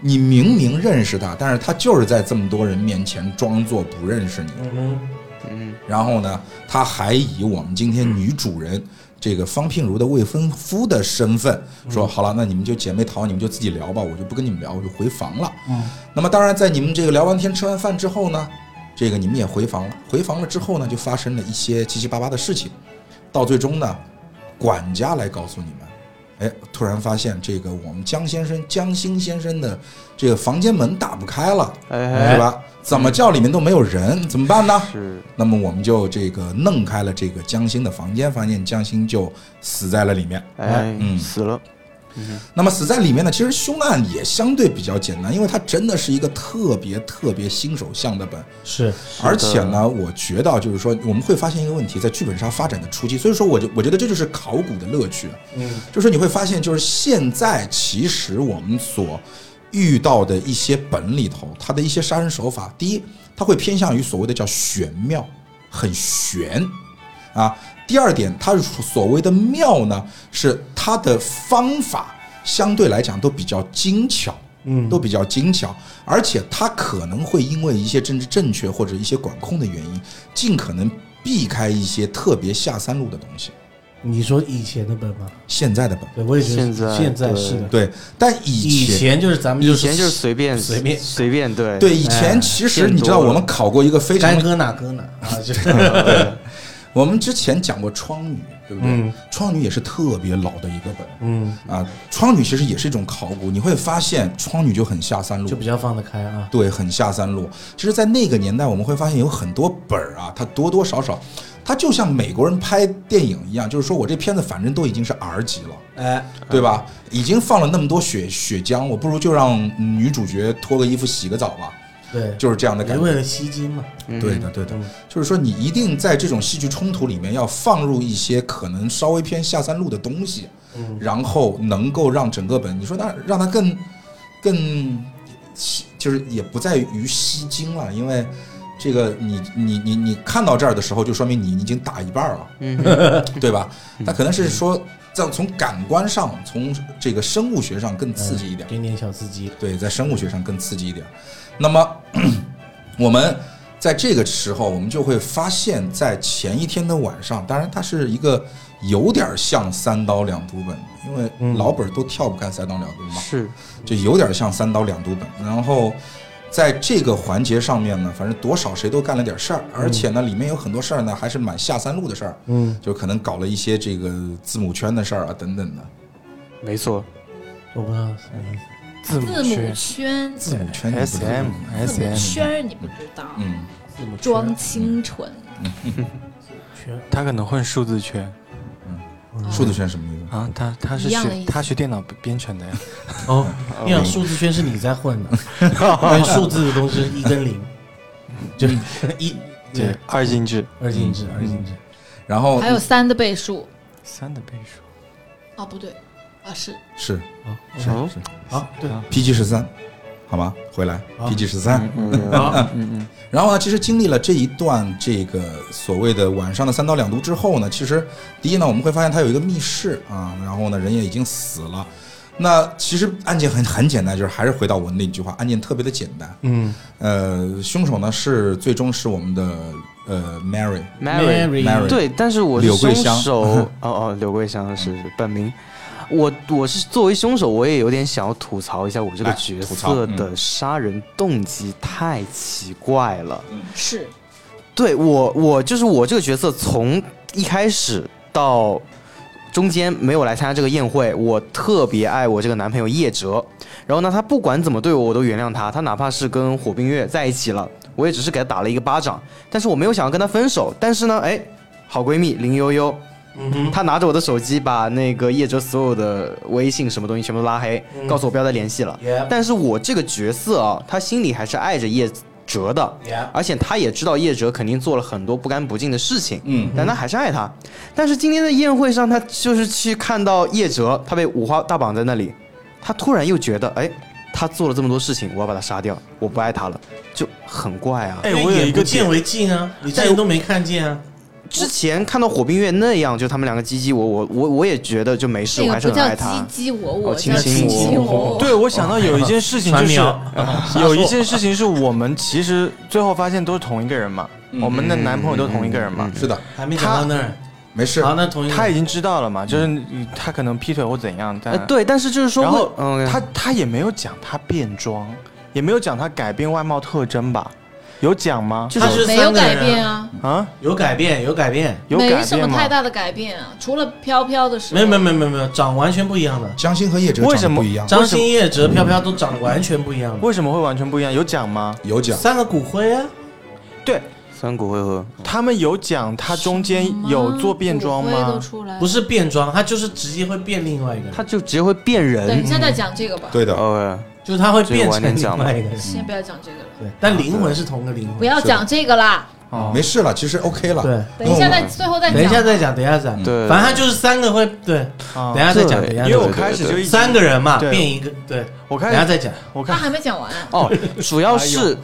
S5: 你明明认识他，但是他就是在这么多人面前装作不认识你，
S4: 嗯哼，
S5: 然后呢，他还以我们今天女主人这个方聘如的未婚夫的身份说：“好了，那你们就姐妹淘，你们就自己聊吧，我就不跟你们聊，我就回房了。”
S4: 嗯，
S5: 那么当然，在你们这个聊完天、吃完饭之后呢，这个你们也回房了。回房了之后呢，就发生了一些七七八八的事情。到最终呢，管家来告诉你们，哎，突然发现这个我们江先生、江心先生的这个房间门打不开了，
S2: 哎
S5: 是吧？怎么叫里面都没有人，怎么办呢？
S2: 是
S5: 那么我们就这个弄开了这个江心的房间，发现江心就死在了里面。
S2: 哎
S5: 嗯
S2: 死了，
S5: 那么死在里面呢，其实凶案也相对比较简单，因为它真的是一个特别特别新手向的本。
S4: 是，
S5: 而且呢，我觉得就是说，我们会发现一个问题，在剧本杀发展的初期，所以说我就我觉得这就是考古的乐趣，啊
S4: 嗯，
S5: 就是你会发现，就是现在其实我们所遇到的一些本里头，它的一些杀人手法，第一，它会偏向于所谓的叫玄妙，很玄啊。第二点，它所谓的妙呢，是它的方法相对来讲都比较精巧。
S4: 嗯
S5: 都比较精巧，而且它可能会因为一些政治正确或者一些管控的原因，尽可能避开一些特别下三路的东西。
S4: 你说以前的本吗？
S5: 现在的本
S4: 对，我也觉得
S2: 现在
S4: 现在
S2: 对
S4: 是的，
S5: 对，但
S4: 以
S5: 以前
S4: 前就是咱们
S2: 以前就是随便
S4: 随便
S2: 随便对
S5: 对以前其实你知道我们考过一个非常
S4: 该，搁哪搁哪啊，就是，
S5: 我们之前讲过窗女，对不对
S4: 嗯？
S5: 窗女也是特别老的一个本
S4: 嗯，
S5: 啊，窗女其实也是一种考古，你会发现窗女就很下三 路
S4: 就，比较放得开 啊，
S5: 对，很下三路。其实，在那个年代，我们会发现有很多本儿啊，它多多少少，它就像美国人拍电影一样，就是说我这片子反正都已经是 R 级了，
S4: 哎，
S5: 对吧？已经放了那么多血血浆，我不如就让女主角脱个衣服洗个澡吧，
S4: 对，
S5: 就是这样的
S4: 也
S5: 感
S4: 为
S5: 觉。
S4: 了吸金嘛，
S5: 对的，对的
S4: 嗯，
S5: 就是说你一定在这种戏剧冲突里面要放入一些可能稍微偏下三路的东西，
S4: 嗯，
S5: 然后能够让整个本，你说那让它更更吸，就是也不在于吸睛了，因为这个你你你你看到这儿的时候，就说明你已经打一半儿了， 对吧？它可能是说在从感官上，从这个生物学上更刺激一点，
S4: 给你点小刺激，
S5: 对，在生物学上更刺激一点。那么 我们在这个时候，我们就会发现，在前一天的晚上，当然它是一个有点像三刀两读本，因为
S4: 嗯
S5: 老本儿都跳不开三刀两读嘛，
S2: 是
S5: 就有点像三刀两读本。然后在这个环节上面呢，反正多少谁都干了点事儿，而且呢，里面有很多事儿呢，还是蛮下三路的事儿，
S4: 嗯，
S5: 就可能搞了一些这个字母圈的事儿啊，等等的。
S2: 没错，
S4: 我不知道嗯什么意思，
S3: 字
S6: 字母圈，
S5: 字母圈你不知道
S3: SM
S6: 字母
S3: SM，
S6: 圈儿你不知道，
S5: 嗯，
S4: 字母圈
S6: 装清纯，
S4: 圈，
S3: 他可能混数字圈
S5: 数字圈什么意思？
S3: 啊，他他是
S6: 一样的意
S3: 学
S6: 思
S3: 他学电脑编程的呀，
S4: 哦，
S3: 嗯
S4: 你想数字圈是你在 混的，因为数字的东西是一跟零，就一
S3: 嗯对，二进制，嗯
S4: 二进制，二进制，
S5: 然后
S6: 还有三的倍数，
S3: 三的倍数，
S6: 哦，不对，啊是
S5: 是是
S2: 哦
S5: 是
S3: 啊
S4: 好，对，
S5: PG 十三，好吗？回来
S4: 好
S5: PG 十三，
S2: 嗯
S3: 嗯
S4: 好，
S5: 然后呢，其实经历了这一段这个所谓的晚上的三刀两毒之后呢，其实第一呢，我们会发现他有一个密室啊，然后呢，人也已经死了。那其实案件很很简单，就是还是回到我那句话，案件特别的简单。
S4: 嗯
S5: 呃，凶手呢是最终是我们的呃 Mary，
S2: Mary，
S5: Mary
S2: 对，但是我是
S5: 柳桂
S2: 凶
S5: 香
S2: 手，哦哦，柳桂香是是本名。我我是作为凶手，我也有点想要吐槽一下我这个
S5: 哎
S2: 角
S5: 吐槽
S2: 色
S5: 嗯
S2: 的杀人动机太奇怪了。
S6: 是，
S2: 对我，我就是我这个角色，从一开始到中间没有来参加这个宴会，我特别爱我这个男朋友叶哲。然后呢，他不管怎么对我，我都原谅他。他哪怕是跟火冰月在一起了，我也只是给他打了一个巴掌，但是我没有想要跟他分手。但是呢，哎，好闺蜜林悠悠。她拿着我的手机，把那个叶哲所有的微信什么东西全部都拉黑，告诉我不要再联系了。
S4: ，Yeah
S2: 但是我这个角色啊，他心里还是爱着叶哲的，
S4: Yeah，
S2: 而且他也知道叶哲肯定做了很多不干不净的事情，
S5: 嗯，
S2: 但他还是爱他。但是今天的宴会上，他就是去看到叶哲，他被五花大绑在那里，他突然又觉得，哎，他做了这么多事情，我要把他杀掉，我不爱他了，就很怪啊。
S3: 哎，
S4: 因为
S3: 我有一
S4: 眼不
S3: 个
S4: 见
S3: 点，
S4: 为净啊，你之前都没看见啊，
S2: 之前看到火冰月那样，就他们两个唧唧我我我我也觉得就没事，
S6: 这
S2: 我
S6: 个
S2: 还是
S6: 不
S2: 很
S6: 叫
S2: 爱
S6: 唧
S2: 他。
S6: 唧我我，
S2: 亲
S6: 叫
S2: 亲
S6: 卿
S2: 我
S6: 卿我我。
S3: 对我想到有一件事情就
S4: 传啊
S3: 是啊
S4: 苗，
S3: 有一件事情是我们其实最后发现都是同一个人嘛，
S5: 嗯
S3: 我们的男朋友都同一个人嘛，
S5: 是的，
S4: 还没讲到那儿，
S5: 没事
S3: 啊
S4: 好，。那同意，
S3: 他已经知道了嘛，就是你他可能劈腿或怎样，
S2: 哎，
S3: 但
S2: 对，但是就是说
S3: 然后
S2: 会，嗯，
S3: 他他也没有讲他变装，也没有讲他改变外貌特征吧？有讲吗？
S4: 他是
S6: 没有
S4: 三个
S6: 改
S4: 人啊
S6: 变啊，
S3: 啊，
S4: 有改变，有改变，
S3: 有
S6: 没
S3: 改
S6: 什
S3: 变
S6: 么
S3: 吗
S6: 太？大的改变啊，除了飘飘的时候，
S4: 没有没有没有没有没有，长完全不一样的，
S3: 啊
S5: 江心和叶哲
S3: 为
S5: 长
S3: 什
S5: 得
S3: 么
S5: 不一样，
S4: 张馨、叶哲、飘飘都长得完全不一样的，
S3: 为什么会完全不一样？有讲吗？
S5: 有奖。
S4: 三个骨灰啊，
S3: 对
S2: 三骨灰盒，
S3: 他们有讲，他中间有做变装
S6: 骨灰都
S3: 吗？
S6: 出来了
S4: 不是变装，他就是直接会变另外一个人，
S2: 他就直接会变
S6: 对，
S2: 人。
S6: 现在讲这个吧，
S5: 对
S3: 哦
S5: 的，
S2: OK，
S4: 就是他会变
S2: 这个晚点
S4: 成
S2: 讲
S4: 另
S2: 吧
S4: 外一个人，
S6: 先不要讲这个了，
S4: 对，但灵魂是同个灵魂，
S6: 不要讲这个啦，
S3: 哦
S5: 没事了，其实 OK 了。
S4: 对，
S6: 等一下再最后再
S4: 等一
S6: 讲
S4: 下
S6: 吧。
S4: 再讲，等一下再讲，
S2: 对，
S4: 反正他就是三个会，对，
S3: 啊
S4: 等一下再讲，
S2: 对
S4: 等一下
S3: 因为
S4: 再
S3: 我
S4: 讲，
S3: 开始就一直
S4: 三个，人嘛，
S3: 对
S4: 变一个，对，
S3: 我
S4: 等一下啊
S3: 开始
S4: 再讲，
S3: 我
S6: 他
S3: 看
S6: 还没讲完，
S2: 哦，主要是。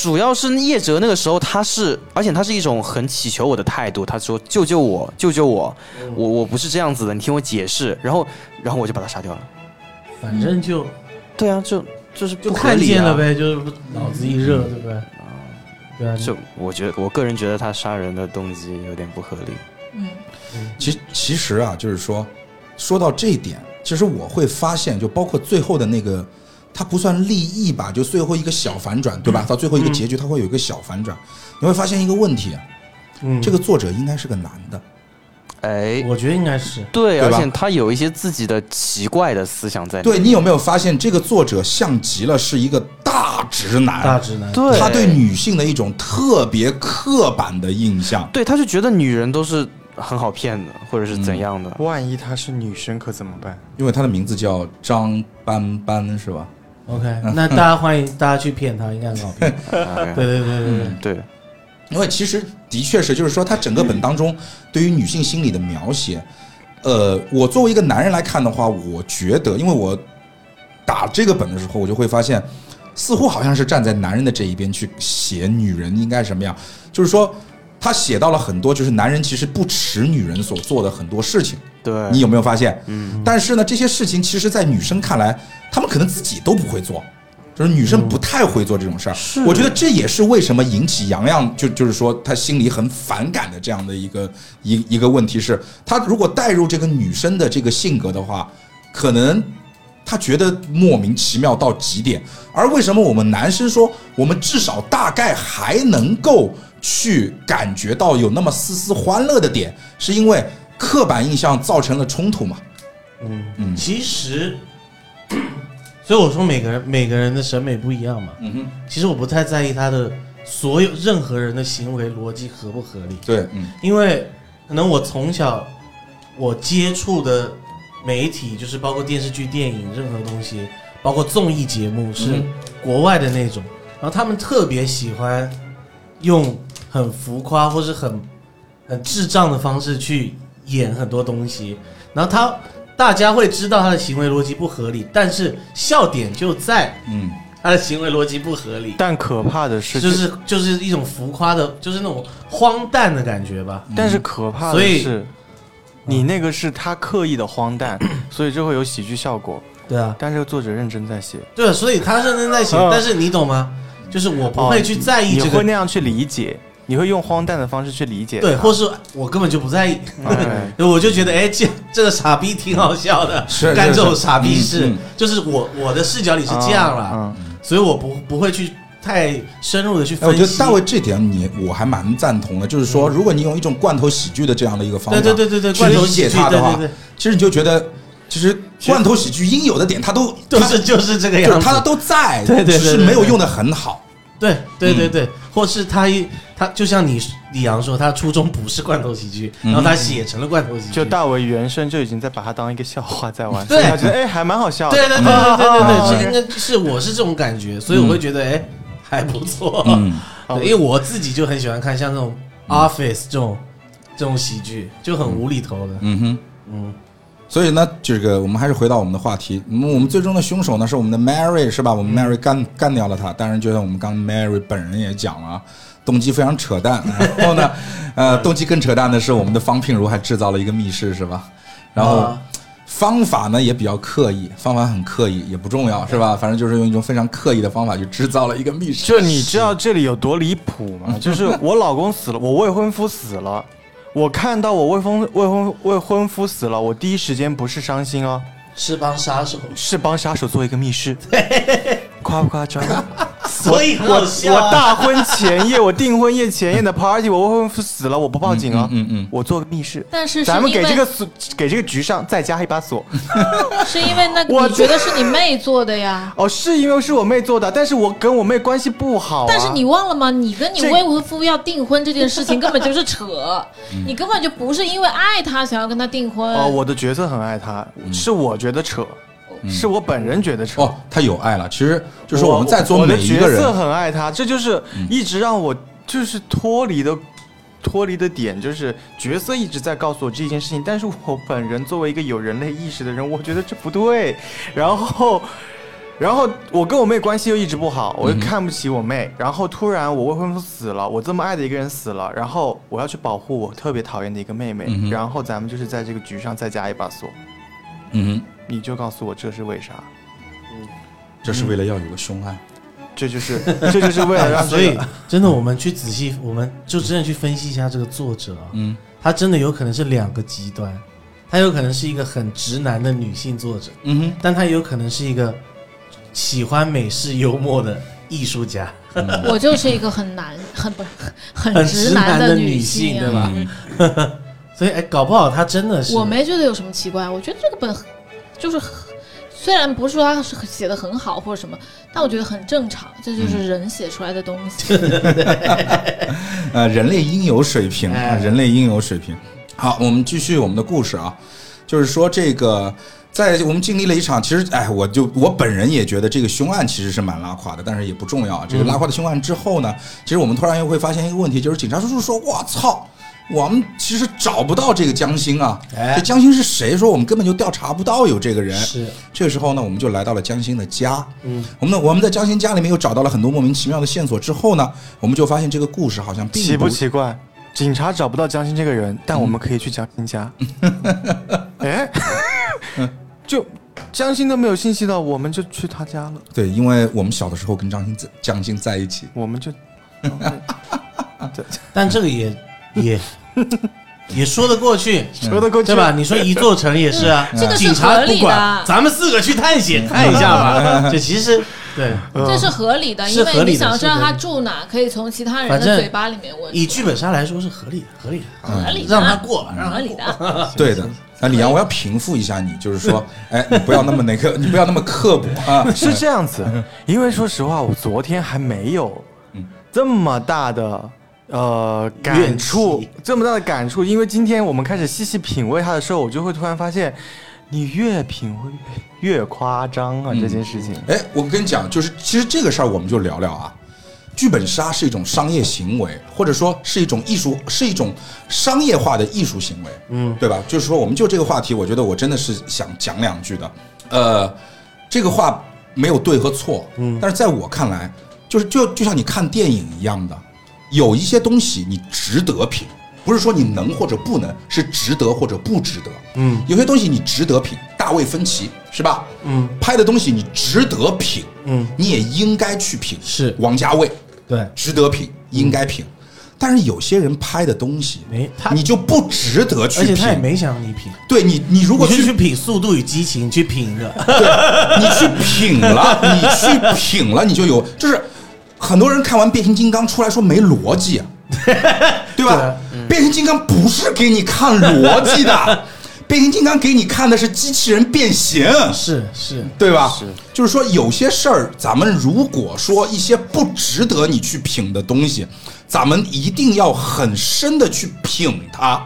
S2: 主要是叶哲那个时候，他是，而且他是一种很祈求我的态度。他说：“救救我，救救我，我我不是这样子的，你听我解释。”然后，然后我就把他杀掉了。
S4: 反正就
S2: 对啊，就就是
S4: 就
S2: 不合
S4: 看
S2: 理
S4: 见
S2: 啊
S4: 了。呗，就是脑子一热，对不对？对啊，
S2: 就我觉得，我个人觉得他杀人的动机有点不合理。
S6: 嗯，
S5: 其其实啊，就是说，说到这一点，其实我会发现，就包括最后的那个，它不算利益吧，就最后一个小反转，对吧？到最后一个结局，它会有一个小反转，你会发现一个问题，啊
S4: 嗯
S5: 这个作者应该是个男的，
S2: 哎，
S4: 我觉得应该是，
S2: 对，
S5: 对
S2: 而
S5: 吧
S2: 且他有一些自己的奇怪的思想在里面。
S5: 对你有没有发现，这个作者像极了是一个大直
S4: 大
S5: 男，
S4: 直男，
S2: 对，
S5: 他啊对女性的一种特别刻板的印象。
S2: 对，他就觉得女人都是很好骗的，或者是怎样的。
S3: 万一她是女生可怎么办？
S5: 因为他的名字叫张斑斑，是吧？
S4: OK，那大家欢迎大家去骗他，应该很好骗。
S2: 哎
S4: 对对对对对，
S2: 对，
S5: 因为其实的确是，就是说，他整个本当中对于女性心理的描写，呃，我作为一个男人来看的话，我觉得，因为我打这个本的时候，我就会发现，似乎好像是站在男人的这一边去写女人应该什么样，就是说，他写到了很多，就是男人其实不耻女人所做的很多事情，
S2: 对，
S5: 你有没有发现？嗯，但是呢，这些事情其实，在女生看来，她们可能自己都不会做。就是女生不太会做这种事儿，
S4: 是
S5: 我觉得这也是为什么引起洋洋就就是说她心里很反感的这样的一个一一个问题是，她如果带入这个女生的这个性格的话，可能她觉得莫名其妙到极点。而为什么我们男生说我们至少大概还能够去感觉到有那么丝丝欢乐的点，是因为刻板印象造成了冲突嘛？
S4: 嗯
S5: 嗯
S4: 其实， 所以我说每个人每个人的审美不一样嘛。
S5: 嗯哼，
S4: 其实我不太在意他的所有任何人的行为逻辑合不合理，
S5: 对，嗯
S4: 因为可能我从小我接触的媒体就是包括电视剧、电影任何东西，包括综艺节目是
S5: 嗯
S4: 国外的那种，然后他们特别喜欢用很浮夸或是很很智障的方式去演很多东西，然后他大家会知道他的行为逻辑不合理，但是笑点就在
S5: 嗯，
S4: 他的行为逻辑不合理，
S3: 但可怕的是，
S4: 就是就是一种浮夸的，就是那种荒诞的感觉吧。
S3: 但是可怕的
S4: 所以
S3: 是，你那个是他刻意的荒诞，所以就会有喜剧效果。
S4: 对啊，
S3: 但这个作者认真在写，
S4: 对啊，所以他认真在写
S3: 嗯，
S4: 但是你懂吗？就是我不
S5: 哦
S4: 会去在意
S3: 你
S4: 这
S3: 会
S4: 个，
S3: 那样去理解，你会用荒诞的方式去理解它。
S5: 啊
S4: 对，或是我根本就不在意，
S3: 哎
S4: 我就觉得哎，这这个傻逼挺好笑的，
S5: 是是
S4: 干这种
S5: 是
S4: 傻逼
S5: 嗯
S4: 事，
S5: 嗯
S4: 就是我我的视角里是这样了。
S3: 嗯嗯
S4: 所以我不不会去太深入的去
S5: 哎，我
S4: 分析。
S5: 觉得大卫这点你我还蛮赞同的，就是说，如果你用一种罐头喜剧的这样的一个方法，
S4: 对对对对对，
S5: 去
S4: 罐头
S5: 理解
S4: 喜剧
S5: 它的
S4: 对
S5: 话
S4: 对对，
S5: 其实你就觉得，其实罐头喜剧应有的点，它都
S4: 对
S5: 它
S4: 就是就是这个
S5: 就是
S4: 样
S5: 它
S4: 子。
S5: 都在，
S4: 对对对
S5: 只是
S4: 对对
S5: 没有用的很好。
S4: 对对
S5: 嗯
S4: 对对，或是他一他就像你李阳说，他初衷不是罐头喜剧，
S5: 嗯
S4: 然后他写成了罐头喜剧。
S3: 就大为原生就已经在把它当一个笑话在玩，
S4: 对
S3: 所以他觉得哎还蛮好
S5: 啊
S3: 笑的。
S4: 对对对对对对
S3: 啊
S4: 对，是应该是我是这种感觉，所以我会觉得哎还不错，
S5: 嗯，
S3: 好
S4: 对因为我自己就很喜欢看像这种 Office 这种这种喜剧，就很无厘头的。
S5: 嗯哼。
S4: 嗯，
S5: 所以呢，这个我们还是回到我们的话题。那么我们最终的凶手呢是我们的 Mary，是吧？我们 Mary 干干掉了他。当然，就像我们刚 Mary 本人也讲了啊，动机非常扯淡。然后呢，呃，动机更扯淡的是我们的方聘如还制造了一个密室，是吧？然后
S4: 啊
S5: 方法呢也比较刻意，方法很刻意也不重要，是吧？反正就是用一种非常刻意的方法去制造了一个密室。
S3: 就你知道这里有多离谱 吗？就是我老公死了，我未婚夫死了，我看到我未婚未婚未婚夫死了，我第一时间不是伤心哦，
S4: 是帮杀手，
S3: 是帮杀手做一个密室，夸不夸 张？
S4: 所以很好笑
S3: 我
S4: 啊。
S3: 大婚前夜，我订婚夜前夜的 party，我未婚夫死了，我不报警啊，
S5: 嗯嗯嗯嗯
S3: 我做个密室。
S6: 但是
S3: 咱们
S6: 因为
S3: 给这个锁，给这个局上再加一把锁。
S6: 是因为那
S3: 我
S6: 你觉得是你妹做的呀？
S3: 哦，是因为是我妹做的，但是我跟我妹关系不好、啊。
S6: 但是你忘了吗？你跟你
S3: 这
S6: 未婚夫要订婚这件事情根本就是扯， 你根本就不是因为爱他想要跟他订婚。
S3: 哦，我的角色很爱她，是我觉得扯，是我本人觉得扯。
S5: 嗯哦，他有爱了。其实就是
S3: 我
S5: 我们在座
S3: 我的
S5: 每一个
S3: 角色
S5: 人，嗯
S3: 很爱她，这就是一直让我就是脱离的。脱离的点就是角色一直在告诉我这件事情，但是我本人作为一个有人类意识的人，我觉得这不对。然后，然后我跟我妹关系又一直不好，
S5: 嗯
S3: 我又看不起我妹。然后突然我未婚夫死了，我这么爱的一个人死了，然后我要去保护我特别讨厌的一个妹妹。
S5: 嗯哼
S3: 然后咱们就是在这个局上再加一把锁，
S5: 嗯哼，
S3: 你就告诉我这是为啥？
S5: 这是为了要有个凶案。
S3: 这就是这就是为了让 这
S4: 所
S3: 个
S4: 以 真的，我们去仔细，我们就真的去分析一下这个作者啊，
S5: 嗯
S4: 他真的有可能是两个极端，他有可能是一个很直男的女性作者，
S5: 嗯哼。
S4: 但他也有可能是一个喜欢美式幽默的艺术家，
S6: 我就是一个很男很不是
S4: 很
S6: 很
S4: 直
S6: 直
S4: 男的
S6: 的
S4: 女性
S6: 性啊
S4: 对吧
S6: 嗯
S4: 所以哎，搞不好他真的是
S6: 我没觉得有什么奇怪，我觉得这个本很就是很虽然不是说它是写的很好或者什么，但我觉得很正常，这
S4: 嗯
S6: 就是人写出来的东 西。
S5: 呃，人类应有水平，啊
S4: 哎
S5: 人类应有水平。好，我们继续我们的故事啊，就是说这个，在我们经历了一场，其实哎，我就我本人也觉得这个凶案其实是蛮拉胯的，但是也不重要啊。这个拉胯的凶案之后呢，其实我们突然又会发现一个问题，就是警察叔叔说：“我操！”我们其实找不到这个江心啊，
S4: 哎
S5: 这江心是谁？说我们根本就调查不到有这个人。
S4: 是
S5: 这个时候呢，我们就来到了江心的家。
S4: 嗯，
S5: 我们呢，我们在江心家里面又找到了很多莫名其妙的线索。之后呢，我们就发现这个故事好像并
S3: 奇
S5: 不
S3: 不奇怪？警察找不到江心这个人，但我们可以去江心家。 哎， 就江心都没有信息的，我们就去他家了，
S5: 对，因为我们小的时候跟张欣在张欣在一起，
S3: 我们就。
S4: 但这个也也 也说得过去。
S3: 说得过去
S4: 对吧？？你说一座城也是啊，
S6: 嗯这个是
S4: 警察
S6: 合
S4: 不
S6: 理
S4: 管
S6: 的，
S4: 咱们四个去探险看一下吧。 这其实对，
S3: 嗯
S6: 这是合理的，
S4: 嗯是
S6: 因为
S4: 合理
S6: 你
S4: 的
S6: 想知道
S4: 是合
S6: 他
S4: 理的
S6: 住哪，可以从其他人
S4: 反正
S6: 的嘴巴里面问出来。
S4: 以剧本杀来说是合理的，合理的，
S6: 合理的，
S4: 让他过吧，让他
S6: 合
S4: 过
S6: 理的。
S5: 对的。啊，李阳，我要平复一下你，就是说，哎，你不要那么那个，你不要那么刻薄啊。
S3: 是这样子，因为说实话，我昨天还没有这么大的呃感触
S4: 怨气，
S3: 这么大的感触，因为今天我们开始细细品味它的时候，我就会突然发现，你越品味越夸张啊，这件事情。
S5: 嗯哎，我跟你讲，就是其实这个事儿我们就聊聊啊。剧本杀是一种商业行为，或者说是一种艺术，是一种商业化的艺术行为，嗯，对吧？就是说，我们就这个话题，我觉得我真的是想讲两句的。呃，这个话没有对和错，嗯，但是在我看来，就是就就像你看电影一样的，有一些东西你值得品，不是说你能或者不能，是值得或者不值得。嗯，有些东西你值得品，大卫芬奇是吧？嗯，拍的东西你值得品，嗯，你也应该去品。
S4: 是
S5: 王家卫
S4: 对，
S5: 值得品，应该品。但是有些人拍的东西，
S4: 没他
S5: 你就不值得去
S4: 而
S5: 品。
S4: 且他也没想让你品。
S5: 对你，你如
S4: 如
S5: 果
S4: 去
S5: 去
S4: 去品《速度与激情》，去品的，
S5: 你去 品了，你去品了，你就有，就是很多人看完变形金刚出来说没逻 辑、啊，对
S4: 啊
S5: 吧？变形金刚不是给你看逻 辑的，变形金刚给你看的是机器人变形。
S4: 是是，
S5: 对吧？就是说有些事儿，咱们如果说一些不值得你去品的东西，咱们一定要很深的去品它，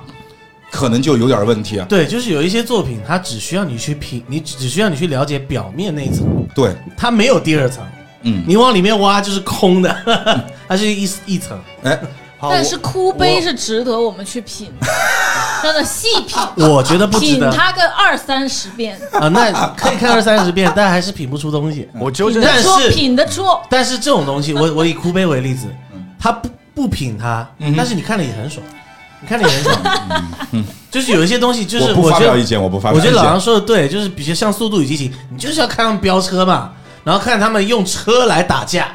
S5: 可能就有点问题啊。
S4: 对，就是有一些作品，它只需要你去品，你只只需要你去了解表面那一层，
S5: 对，
S4: 它没有第二层，
S5: 嗯，
S4: 你往里面挖就是空的， 它是一一层。
S5: 哎，
S3: 好，
S6: 但
S3: 我
S6: 是哭
S3: 我
S6: 悲是值得我们去品 的，真的细品，
S4: 我觉 得不值
S6: 品
S4: 得
S6: 它个二三十遍，
S4: 啊，那可以看二三十遍，但还是品 不出东 西。
S3: 我纠
S6: 品
S3: 正
S4: 那
S6: 得
S4: 但是
S6: 出，品得出。
S4: 但是这种东西，我我以哭悲为例子，他不不品它
S5: 嗯，哼嗯
S4: 但是你看了也很爽，你看了也很爽。 就是有一些东西，就是
S5: 我不
S4: 觉
S5: 发
S4: 得
S5: 表意见，我不发
S4: 我
S5: 表意
S4: 觉
S5: 见。
S4: 得老杨说的对，就是比如像《速度与激情》，你就是要看他们飙车嘛，然后看他们用车来打 架，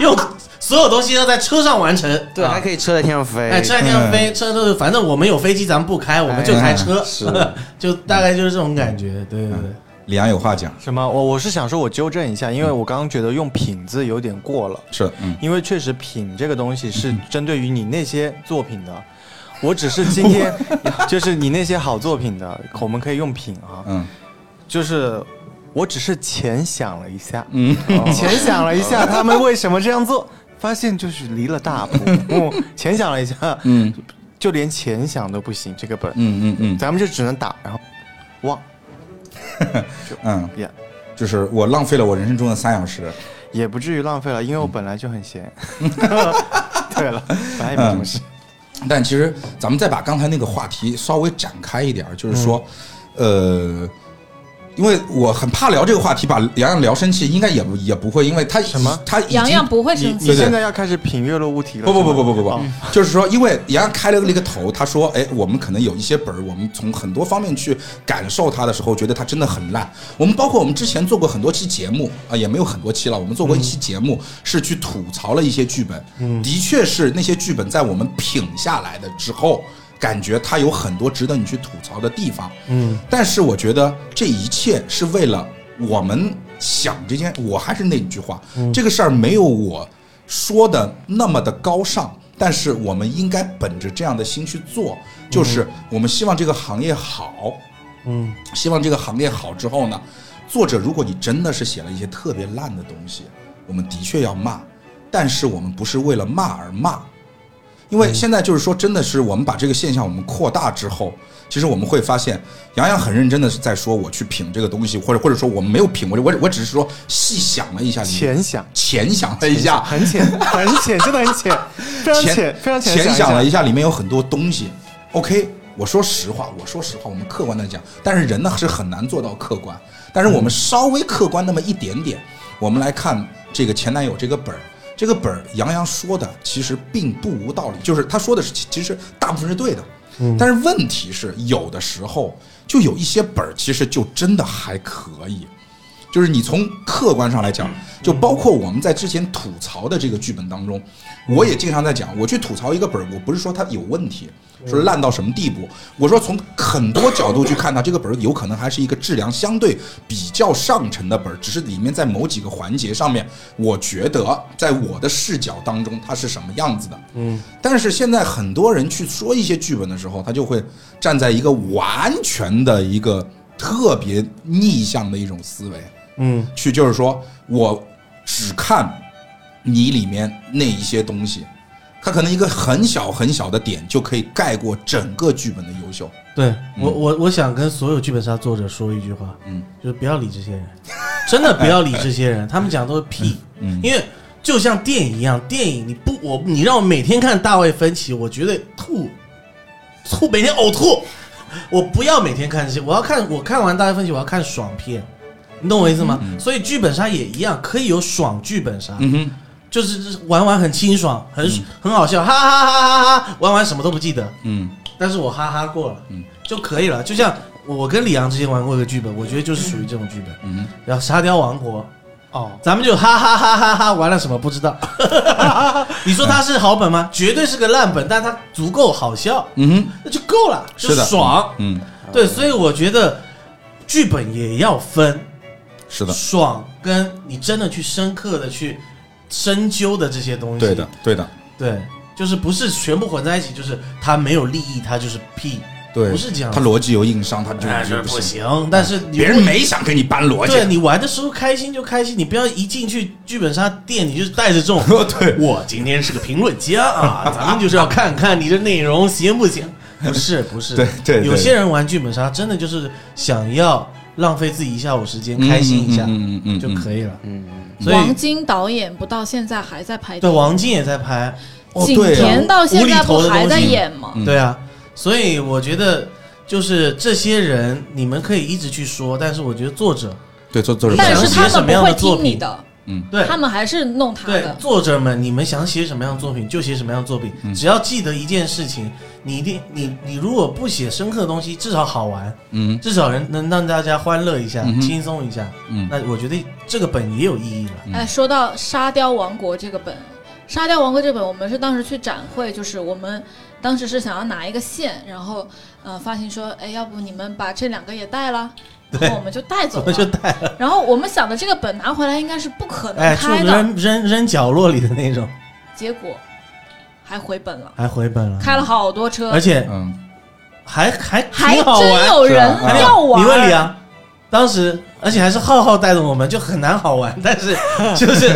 S4: 用所有东西要在车上完成。
S2: 对，
S5: 啊
S2: 还可
S4: 以。
S2: 以啊车在天上飞。
S4: 哎，车在天上飞，车都是反正我们有飞机，咱们不开，我们就开车， 就大概就是这种感觉。对对对，
S5: 李阳有话讲，
S3: 什么？我我是想说，我纠正一下，因为我刚刚觉得用“品”字有点过了，
S5: 是，嗯，
S3: 因为确实“品”这个东西是针对于你那些作品的。我只是今 天，就是你那些好作品的，我们可以用“品”啊。
S5: 嗯
S3: 就是我只是浅想了一下，哦
S5: 嗯，
S3: 浅想了一下他们为什么这样做，发现就是离了大 谱。我浅想了一下，
S5: 嗯
S3: 就连浅想都不行，这个本，
S5: 嗯嗯嗯
S3: 咱们就只能打，然后 忘
S5: 嗯，
S3: 也
S5: 就是我浪费了我人生中的三小时。
S3: 也不至于浪费了，因为我
S5: 嗯
S3: 本来就很 闲。对了，本来也没什么事。
S5: 但其实咱们再把刚才那个话题稍微展开一点儿，就是说，呃，因为我很怕聊这个话题，把洋洋聊生气，应该也不也不会，因为他什
S3: 么
S5: 他已经
S6: 洋洋不会
S3: 你
S6: 生
S3: 你
S6: 气，
S3: 现在要开始品月落物体了？
S5: 嗯不不不
S3: 是吗
S5: 不不不不
S3: 哦，
S5: 就是说，因为洋洋开了那个头，他说：“哎，我们可能有一些本儿，我们从很多方面去感受它的时候，觉得它真的很烂。我们包括我们之前做过很多期节目啊、也没有很多期了，我们做过一期节目是去吐槽了一些剧本，
S3: 嗯
S5: 的确是那些剧本在我们品下来的之后，感觉它有很多值得你去吐槽的地方。嗯，但是我觉得这一切是为了我们想这件，我还是那句话，
S3: 嗯
S5: 这个事儿没有我。”说的那么的高尚，但是我们应该本着这样的心去做，就是我们希望这个行业好，嗯，希望这个行业好之后呢，作者如果你真的是写了一些特别烂的东西，我们的确要骂，但是我们不是为了骂而骂，因为现在就是说，真的是我们把这个现象我们扩大之后，其实我们会发现，洋洋很认真的是在说我去品这个东西，或者或者说我们没有品，我我我只是说细想了一下，
S3: 浅想。
S5: 浅想了一下，
S3: 很浅，很浅，真的很浅，非常浅，非常浅。
S5: 浅想了
S3: 一
S5: 一下，里面有很多东西。OK，我说实话，我说实话，我们客观的讲，但是人呢是很难做到客观，但是我们稍微客观那么一点点，我们来看这个前男友这个本儿。这个本儿，杨洋说的其实并不无道理，就是他说的是，其其实大部分是对的，但是问题是，有的时候就有一些本儿，其实就真的还可以，就是你从客观上来讲，就包括我们在之前吐槽的这个剧本当中，我也经常在讲，我去吐槽一个本儿，我不是说它有问题，说烂到什么地步，我说从很多角度去看它，这个本儿有可能还是一个质量相对比较上乘的本儿，只是里面在某几个环节上面，我觉得在我的视角当中它是什么样子的，嗯，但是现在很多人去说一些剧本的时候，他就会站在一个完全的一个特别逆向的一种思维，去，就是说我只看你里面那一些东西，它可能一个很小很小的点就可以盖过整个剧本的优秀。
S4: 对我我我想跟所有剧本杀作者说一句话，
S5: 嗯
S4: 就是不要理这些人，真的不要理这些人，他们讲都是屁，因为就像电影一样，电影你不我你让我每天看大卫芬奇，我绝对吐吐每天呕吐。我不要每天看这些，我要看我看完大卫芬奇，我要看爽片，你懂我意思吗？所以剧本杀也一样，可以有爽剧本杀，
S5: 嗯哼，
S4: 就是玩玩很清爽，很、很好笑，哈哈哈哈哈哈，玩玩什么都不记得，
S5: 嗯，
S4: 但是我哈哈过了，
S5: 嗯
S4: 就可以了。就像我跟李阳之前玩过一个剧本，我觉得就是属于这种剧本，
S5: 嗯
S4: 然后《沙雕王国》，
S3: 哦，
S4: 咱们就哈哈哈哈哈玩了什么不知道。你说它是好本吗？绝对是个烂本，但它足够好笑，
S5: 嗯哼，
S4: 那就够了，就是
S5: 的，
S4: 爽。
S5: 嗯，
S4: 对，所以我觉得剧本也要分
S5: 是的，
S4: 爽跟你真的去深刻的去深究的这些东西。
S5: 对的，，对的，
S4: 对，就是不是全部混在一起，就是它没有利益，它就是屁，
S5: 对，
S4: 不是这样
S5: 他
S4: 的。
S5: 逻辑有硬伤，他就
S4: 哎，
S5: 就
S4: 这不
S5: 行。哎
S4: 行，但是你
S5: 别人没想跟你搬逻辑，，
S4: 对你玩的时候开心就开心，你不要一进去剧本杀店，你就是带着这种
S5: 对
S4: 我今天是个评论家 啊，咱们就是要看看你的内容行不行？不是不是，
S5: 对对对
S4: 有些人玩剧本杀真的就是想要浪费自己一下午时间，
S5: 嗯
S4: 开心一下
S5: 嗯嗯嗯嗯嗯
S4: 就可以了。
S2: 嗯，
S4: 所以
S6: 王晶导演不到现在还在拍
S4: 对
S6: 电影
S4: 王晶也在拍，
S5: 哦
S6: 景
S5: 对啊
S6: 甜到现在不
S4: 无厘头的东西
S6: 还在演吗？
S5: 嗯
S4: 对啊，所以我觉得就是这些人，你们可以一直去说，但是我觉得作者
S5: 对，做做
S4: 嗯
S5: 人
S6: 但是他
S4: 想写什
S6: 们
S4: 么样
S6: 不
S4: 的
S6: 会
S4: 作
S6: 听你
S4: 品
S6: 的，
S4: 对
S6: 他们还是弄他
S4: 对
S6: 的，。
S4: 作者们，你们想写什么样的作品就写什么样的作品，
S5: 嗯
S4: 只要记得一件事情，你一定你你如果不写深刻的东西，至少好玩，
S5: 嗯
S4: 至少能能让大家欢乐一下、
S5: 嗯哼
S4: 轻松一下。
S5: 嗯
S4: 那我觉得这个本也有意义了。
S5: 嗯
S6: 哎，说到《沙雕王国》这个本，《沙雕王国》这本，我们是当时去展会，就是我们当时是想要拿一个线，然后呃，发行说，哎，要不你们把这两个也带 了，然后我们就带走
S4: 我 就
S6: 了。
S4: 带了，
S6: 然后我们想的这个本拿回来应该是不可能
S4: 哎，就
S6: 开的，
S4: 扔扔扔角落里的那种，
S6: 结果还回本了，
S4: 还回本了，
S6: 开了好多车，
S4: 而且
S5: 嗯，
S4: 还还
S6: 还
S4: 哎挺好
S6: 真
S4: 玩。哎
S6: 有人
S5: 是吧
S6: 要玩。
S4: 啊你问李阳，当时而且还是浩浩带着我们，就很难好玩， 但是就是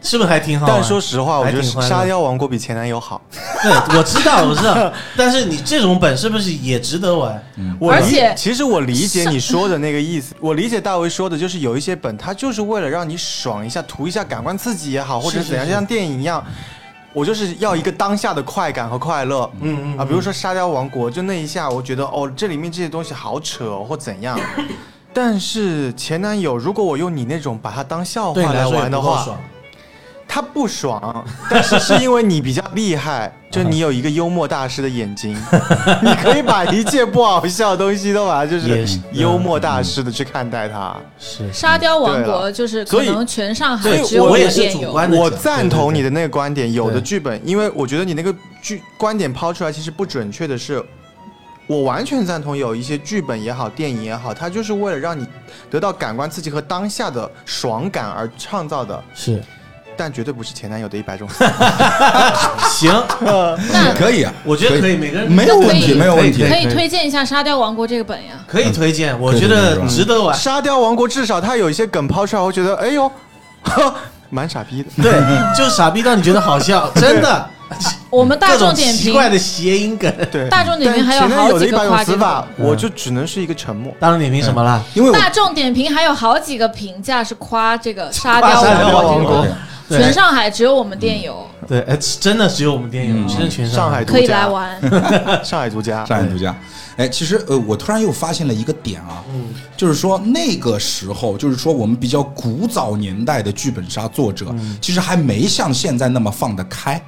S4: 是不是还挺好玩？
S3: 但说实话，我觉得
S4: 还挺欢乐
S3: 沙雕王国比前男友好。
S4: 对，我知道，我知道，但是你这种本是不是也值得玩？
S3: 我
S6: 而
S3: 理
S6: 且
S3: 其实我理解你说的那个意思，我理解大为说的就是有一些本，它就是为了让你爽一下、图一下感官刺激也好，或者
S4: 是
S3: 是怎样，
S4: 是
S3: 就像电影一样，我就是要一个当下的快感和快乐。
S4: 嗯嗯
S3: 啊，比如说《沙雕王国》，就那一下，我觉得哦，这里面这些东西好扯、哦、或怎 样。但是前男友，如果我用你那种把它当笑
S4: 对
S3: 话来玩的话，
S4: 爽，
S3: 他不爽，但是是因为你比较厉 害，就你有一个幽默大师的眼睛， 你可以把一切不好笑的东西都把它就
S4: 也
S3: 是
S4: 是
S3: 幽默大师的去看待它。
S4: 是
S6: 沙雕王国
S3: 对
S6: 就是
S3: 所
S6: 可
S3: 以
S6: 能全上
S4: 所
S6: 海
S4: 以
S6: 只有
S4: 我也
S6: 们
S4: 是
S6: 店
S4: 主
S6: 有，
S4: 观的
S3: 我赞同你的
S4: 的
S3: 那个观点，有的
S4: 嗯对
S3: 剧本，因为我觉得你那个剧观点抛出来其实不准确的是，我完全赞同有一些剧本也好，电影也好，它就是为了让你得到感官刺激和当下的爽感而创造的，
S4: 是
S3: 但绝对不是前男友的一百种。
S4: 行，
S6: 那
S5: 可以啊，
S4: 我觉得可以，每个人
S5: 没有问
S6: 可
S5: 题，
S6: 以
S5: 没有问
S4: 可
S5: 题
S4: 以，
S6: 可以推荐一下《沙雕王国》这个本呀。
S4: 可以推荐，我觉得值 得玩。
S3: 沙雕王国至少它有一些梗抛出来，我觉得哎呦，呵，蛮傻逼的。
S4: 对，就傻逼到你觉得好笑，真的。
S6: 我们大
S4: 各种
S6: 众点
S4: 奇
S6: 评，
S4: 怪的谐音梗，
S3: 对，
S6: 大众点评还有
S3: 但前男友
S6: 好
S3: 的
S6: 几
S3: 一
S6: 个
S3: 百种
S6: 夸
S3: 死
S6: 这
S3: 法
S6: 个，
S3: 我就只能是一个沉默。
S4: 大众点评什么啦？
S5: 因为我
S6: 大众点评还有好几个评价是夸这个沙雕
S4: 沙雕
S6: 王
S4: 王
S6: 国
S4: 国
S6: 这个，
S4: 对
S6: 本，全上海只有我们店有，
S4: 对，哎，真的只有我们店有，
S5: 嗯
S4: 真的全
S3: 上
S4: 海
S3: 海
S6: 可以
S3: 独家
S6: 来玩。
S3: 上海独家，
S5: 上海独家。哎，其实呃，我突然又发现了一个点啊，
S3: 嗯
S5: 就是说那个时候，就是说我们比较古早年代的剧本杀作者，
S3: 嗯
S5: 其实还没像现在那么放得开。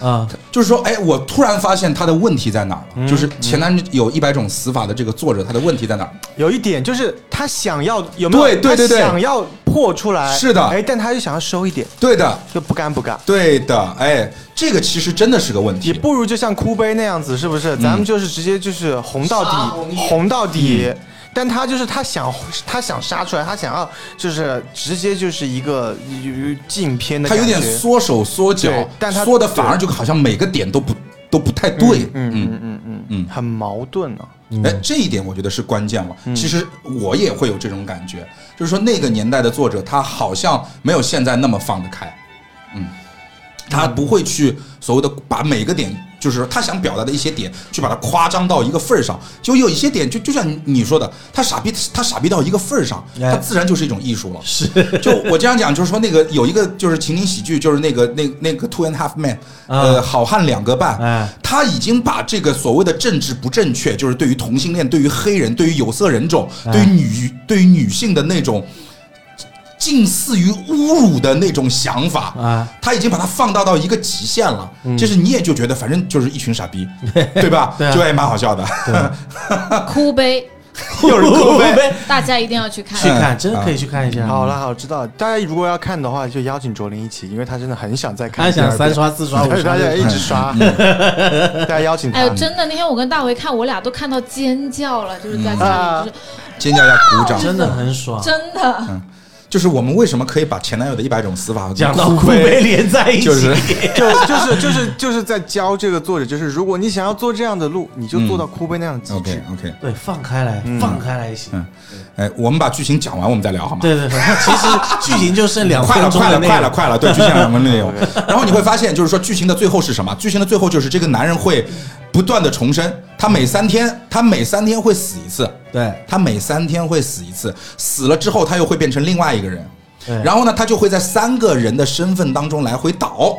S4: 啊，
S5: 就是说，哎，我突然发现他的问题在哪儿了，
S3: 嗯
S5: 就是前男友一百种死法的这个作者，他的问题在哪儿？
S3: 有一点就是他想要有没有？
S5: 对对对对
S3: 他想要破出来，
S5: 是的
S3: 哎，但他又想要收一点，
S5: 对的，
S3: 就不干不干。
S5: 对的，哎，这个其实真的是个问
S3: 也
S5: 题。
S3: 不如就像哭悲那样子，是不是？咱们就是直接就是红到
S4: 杀
S3: 底，
S4: 红
S3: 红到底。但他就是他想他想杀出来，他想要就是直接就是一个有有禁片的
S5: 他
S3: 感
S5: 有
S3: 觉，
S5: 点缩手缩脚
S3: 对，但他
S5: 缩的反而就好像每个点都不都不太对。
S3: 嗯
S5: 嗯
S3: 嗯嗯嗯
S5: 嗯
S3: 嗯，很矛盾啊。
S5: 哎，这一点我觉得是关键了。其实我也会有这种感觉，就是说那个年代的作者，他好像没有现在那么放得开，嗯，他不会去所谓的把每个点就是他想表达的一些点，去把它夸张到一个份儿上。就有一些点，就就像你说的，他傻逼，他傻逼到一个份儿上，
S4: 哎
S5: 他自然就是一种艺术了。是，就我这样讲，就是说那个有一个就是情景喜剧，就是那个那那个 Two and a Half Men，呃，
S4: 啊
S5: 好汉两个半，
S4: 哎
S5: 他已经把这个所谓的政治不正确，就是对于同性恋、对于黑人、对于有色人种、
S4: 哎
S5: 对于女、对于女性的那种近似于侮辱的那种想法，
S4: 啊，
S5: 他已经把它放大到一个极限了。
S4: 嗯
S5: 就是你也就觉得，反正就是一群傻 逼，对吧？
S4: 对啊
S5: 就也蛮好笑的。
S6: 哭悲，
S5: 又是哭呗。
S6: 大家一定要去
S4: 去
S6: 看。
S4: 看，真的可以去看一下。
S3: 好了，好知道。大家如果要看的话，就邀请卓林一起，因为他真的很想再看。
S4: 他想三，刷、四刷、五
S3: 对，
S4: 刷
S3: 大，家一直刷，大家 邀请他。
S6: 哎呦，真的，那天我跟大为看，我俩都看到尖叫了，就是在看，
S3: 啊
S6: 就是
S5: 尖叫一下，鼓掌。
S4: 真的很爽。
S6: 真的。
S5: 就是我们为什么可以把前男友的一百种死法
S4: 讲到
S5: 哭
S4: 哭悲连在一起，
S5: 就是
S3: 就就是就是就是在教这个作者，就是如果你想要做这样的路，你就做到哭悲那样的极
S5: OK
S3: 致。
S5: OK，
S4: 对，放开来，放开来行。
S5: 嗯哎，我们把剧情讲完，我们再聊好吗？
S4: 对对对，其实剧情就剩两
S5: 快
S4: 分
S5: 了，
S4: 钟
S5: 快
S4: 的
S5: 了，
S4: 内容
S5: 快了，快 了，对，剧情两分内容。然后你会发现，就是说剧情的最后是什么？剧情的最后就是这个男人会不断的重生，他每三天，他每三天会死一次，
S4: 对
S5: 他每三天会死一次，死了之后他又会变成另外一个人，
S4: 对，
S5: 然后呢，他就会在三个人的身份当中来回倒。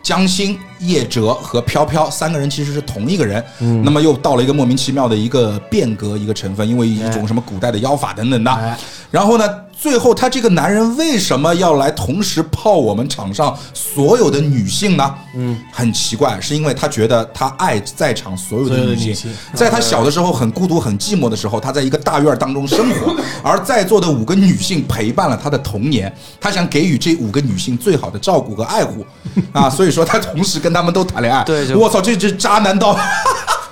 S5: 江心、叶哲和飘飘三个人其实是同一个人，
S4: 嗯
S5: 那么又到了一个莫名其妙的一个变革一个成分，因为一种什么古代的妖法等等的。
S4: 哎
S5: 然后呢，最后他这个男人为什么要来同时泡我们场上所有的女性呢？嗯，很奇怪，是因为他觉得他爱在场所有的
S4: 所有的
S5: 女
S4: 女
S5: 性
S4: 性，
S5: 在他小的时候很孤独、很寂寞的时候，他在一个大院当中生活， 而在座的五个女性陪伴了他的童年，他想给予这五个女性最好的照顾和爱护 啊，所以说他同时跟他们都谈恋爱。
S2: 对就
S5: 我操，这这渣 男到，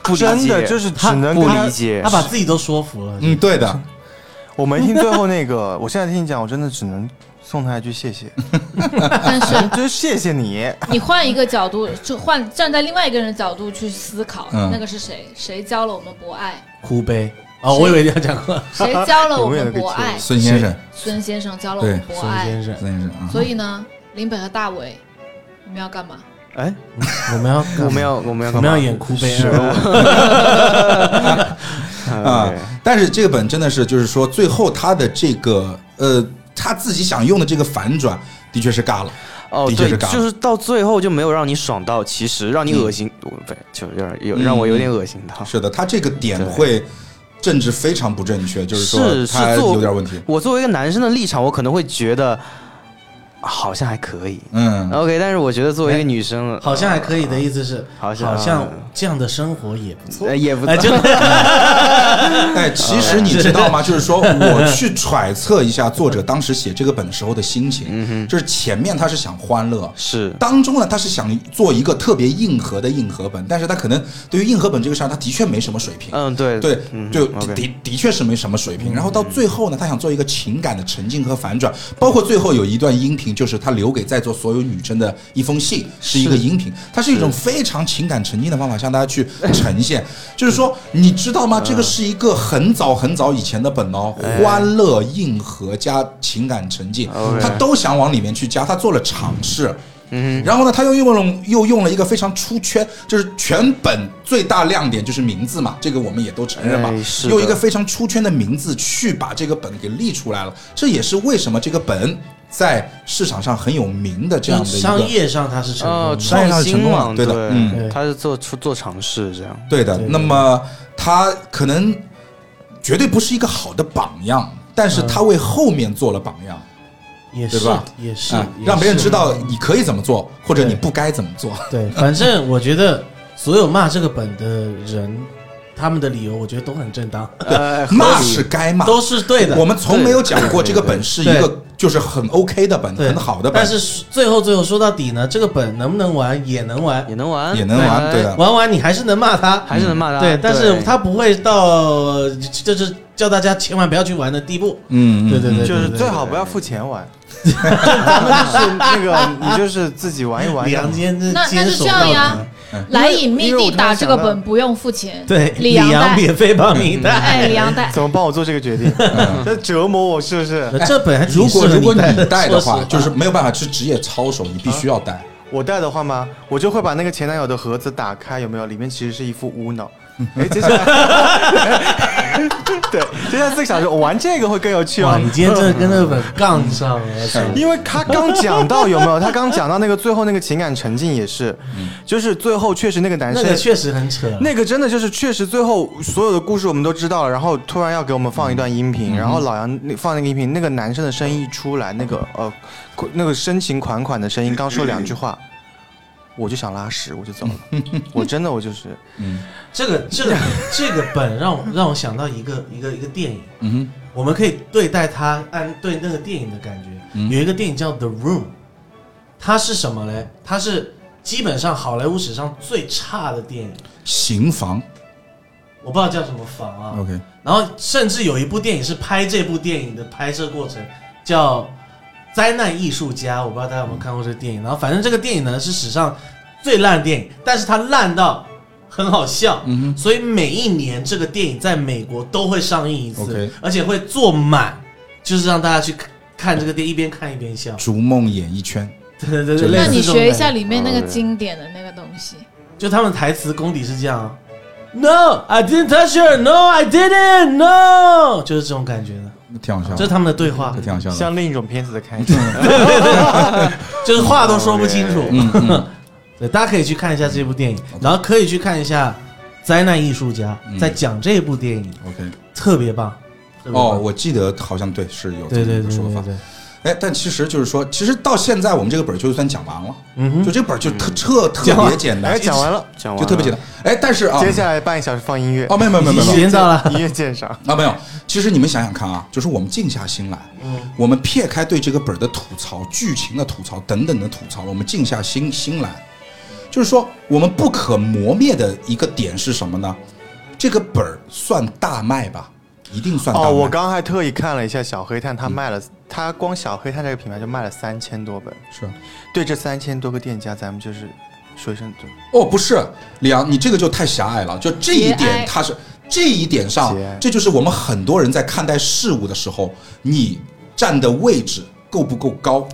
S2: 不理解
S3: 真的就是只能
S2: 不
S3: 看
S2: 理解
S4: 他。把自己都说服了。
S5: 嗯，对的，
S3: 我没听最后那个， 我现在听你讲，我真的只能送他一句谢 谢，
S6: 但是
S3: 真谢谢你。
S6: 你换一个角度，就换站在另外一个人的角度去思考，
S5: 嗯
S6: 那个是谁？谁教了我们博爱？
S4: 哭悲哦，我以为你要讲过
S6: 谁教了我
S3: 永远
S6: 们
S3: 都可以
S6: 博爱？
S5: 孙先生，
S6: 孙先生教了 我们博
S4: 孙
S6: 爱。
S4: 先生，
S5: 孙先生啊，
S6: 所以呢，林北和大伟，你们要干嘛？
S2: 哎，
S4: 我们要干嘛
S2: 我们要我们要
S4: 我
S2: 干
S4: 们
S2: 嘛
S4: 要演哭悲
S2: 是
S4: 啊，
S5: 啊
S2: OK，
S5: 但是这个本真的是，就是说最后他的这个呃，他自己想用的这个反转，的确是尬了。
S2: 哦，
S5: 的确
S2: 对
S5: 是，尬
S2: 就是到最后就没有让你爽到，其实让你恶心，我不就有点有让我有点恶心到。
S5: 是的，他这个点
S2: 对
S5: 会政治非常不正确，就是说
S2: 是是
S5: 他
S2: 做
S5: 有点问题。
S2: 我作为一个男生的立场，我可能会觉得好像还可以。
S5: 嗯，
S2: OK，但是我觉得作为一个女生，
S4: 好像还可以的意思是，
S2: 好像
S4: 这样的生活也不错
S2: 呃。也不嗯
S4: 哎，就
S5: 哎，其实你知道吗？就是说我去揣测一下作者当时写这个本时候的心情，就是前面他是想欢乐，
S2: 是
S5: 当中呢，他是想做一个特别硬核的硬核本，但是他可能对于硬核本这个事儿，他的确没什么水平。
S2: 嗯对
S5: 对，
S2: 嗯
S5: 就
S2: OK 嗯
S5: 的的确是没什么水平。然后到最后呢，他想做一个情感的沉浸和反转，包括最后有一段音频，就是他留给在座所有女生的一封信，是一个音频，它是一种非常情感沉浸的方法向大 家去呈现。就是说，你知道吗？这
S2: 嗯
S5: 个是一个很早很早以前的本哦，欢乐硬核加情感沉浸，
S2: 哎 OK
S5: 他都想往里面去加，他做了尝试。
S2: 嗯
S5: 然后呢，他又用了又用了一个非常出圈，就是全本最大亮点就是名字嘛，这个我们也都承认嘛，
S2: 哎是的
S5: 用一个非常出圈的名字去把这个本给立出来了，这也是为什么这个本在市场上很有名的这样的一
S4: 嗯商
S5: 个。
S4: 业上它是成功
S2: 哦
S4: 的，
S5: 商业
S2: 创
S5: 上是成
S2: 新
S5: 功了
S2: 嘛，
S5: 对的
S4: 嗯
S2: 他是做出做尝试这样。
S5: 对的，
S4: 对
S5: 那么他可能绝对不是一个好的榜样，但是
S4: 嗯
S5: 他为后面做了榜样，
S4: 也是
S5: 对吧
S4: 也是
S5: 啊，
S4: 也
S5: 让别人
S4: 是
S5: 知道你可以怎么做，或者
S4: 对
S5: 你不该怎么做。
S4: 对，反正我觉得所有骂这个本的人，他们的理由我觉得都很正当，
S2: 呃，
S5: 骂
S2: 合理
S5: 是该骂，
S4: 都是对的。
S5: 我们从没有讲过
S2: 对
S5: 这个本是一个
S4: 对
S5: 就是很 OK 的本，
S4: 对
S5: 很好的本
S4: 但。是最后最后说到底呢，这个本能不能玩也能玩，
S2: 也能玩，
S5: 也能玩对的
S4: 玩完你还是能骂他，
S2: 还是能骂他。
S4: 对，但是他不会到就是叫大家千万不要去玩的地步。
S5: 嗯，嗯
S4: 对对对，
S5: 嗯
S3: 就是最好不要付钱 玩。咱们就是那个，你就是自己玩一玩。
S4: 梁坚这
S6: 那那
S4: 坚
S6: 就
S4: 守
S6: 这样
S4: 嗯到
S6: 呀
S4: 底
S6: 来隐秘
S3: 因为我
S6: 地
S3: 突然
S6: 打这个
S3: 想到
S6: 本不用付钱。
S4: 对，
S6: 李阳
S4: 阳
S6: 带
S4: 免费帮你带。
S6: 哎，李阳 带
S3: 怎么帮我做这个决定？
S4: 嗯
S3: 在折磨我是不是？
S4: 这本还挺
S5: 如果
S4: 适合
S5: 如果你
S4: 带的
S5: 带的话，
S4: 说实
S5: 就是没有办法是职业操守，你必须要带。
S3: 我带的话嘛，我就会把那个前男友的盒子打开，有没有？里面其实是一副乌 脑。哎，接下来， 对，接下来四个小时我玩这个会更有趣哦
S4: 哇，。你今天真的跟那本杠上了， 我操
S3: 因为他刚讲到有没有？他刚讲到那个最后那个情感沉浸也是，就是最后确实那个男
S4: 嗯那
S3: 生
S4: 个确实很扯。
S3: 那个真的就是确实，最后所有的故事我们都知道了，然后突然要给我们放一段音频，然后老杨那放那个音频，那个男生的声音一出来，那个呃，哭那个深情款款的声音，刚说两句 话，我就想拉屎，我就走了，我真的我就是，
S4: 这个这个这个本让我让我想到一个一个一个电影，
S5: 嗯哼，
S4: 我们可以对待它按对那个电影的感觉。
S5: 嗯
S4: 有一个电影叫《The Room》，它是什么嘞？它是基本上好莱坞史上最差的电影，
S5: 刑房
S4: 我不知道叫什么房啊。
S5: ，OK，
S4: 然后甚至有一部电影是拍这部电影的拍摄过程，叫《灾难艺术家》，我不知道大家有没有看过这个电影。然后反正这个电影呢是史上最烂的电影，但是它烂到很好笑，
S5: 嗯
S4: 所以每一年这个电影在美国都会上映一次
S5: OK
S4: 而且会坐满，就是让大家去看看这个电影，一边看一边笑
S5: 哼，。逐梦演艺圈，
S4: 对对对，
S5: 就
S4: 类
S6: 那
S4: 似
S6: 你
S4: 这种
S6: 学一
S4: 感觉
S6: 下里面那个
S3: 对
S6: 经典的那个东西，
S4: 就他们台词功底是这样啊，No, I didn't touch her. No, I didn't. No，就是这种感觉的，
S5: 那挺好笑
S4: 这是
S5: 的，
S4: 他们的对话
S5: 这。挺好笑 的。
S3: 像另一种片子的开始。
S4: 就是话都说不清楚。
S5: 嗯嗯
S4: 对，大家可以去看一下这部电影，然后可以去看一下《灾难艺术家
S5: 嗯》
S4: 在讲这部电影，
S5: ，OK。
S4: 特别棒。特别棒
S5: 哦，，我记得好像对，是有这
S4: 对
S5: 么
S4: 对
S5: 一
S4: 对
S5: 个说
S4: 对
S5: 法。
S4: 对，
S5: 哎，但其实就是说，其实到现在我们这个本儿就算讲完了，
S4: 嗯
S5: 就
S4: 哼，
S5: 这本儿就特特
S4: 讲
S5: 特
S4: 完
S5: 别简单
S3: 哎，，讲完了，讲完了，
S5: 就特别简单。哎，但是啊，
S3: 接下来半个小时放音乐，
S5: 哦，没有没有没有没有
S4: 时
S5: 没有
S4: 间到了，
S3: 音乐鉴赏。
S5: 啊，没有。其实你们想想看啊，就是我们静下心来，
S3: 嗯
S5: 我们撇开对这个本儿的吐槽、剧情的吐槽等等的吐槽，我们静下心心来，就是说我们不可磨灭的一个点是什么呢？这个本儿算大卖吧，一定算大卖。
S3: 哦，我刚还嗯特意看了一下小黑炭，他卖了，他光小黑炭这个品牌就卖了三千多本。
S5: 是
S3: 对这三千多个店家，咱们就是说一声对
S5: 哦，不是，李阳，你这个就太狭隘了。就这一
S6: 节哀
S5: 点，它是这一点上
S3: 节哀，
S5: 这就是我们很多人在看待事物的时候，你站的位置够不够高。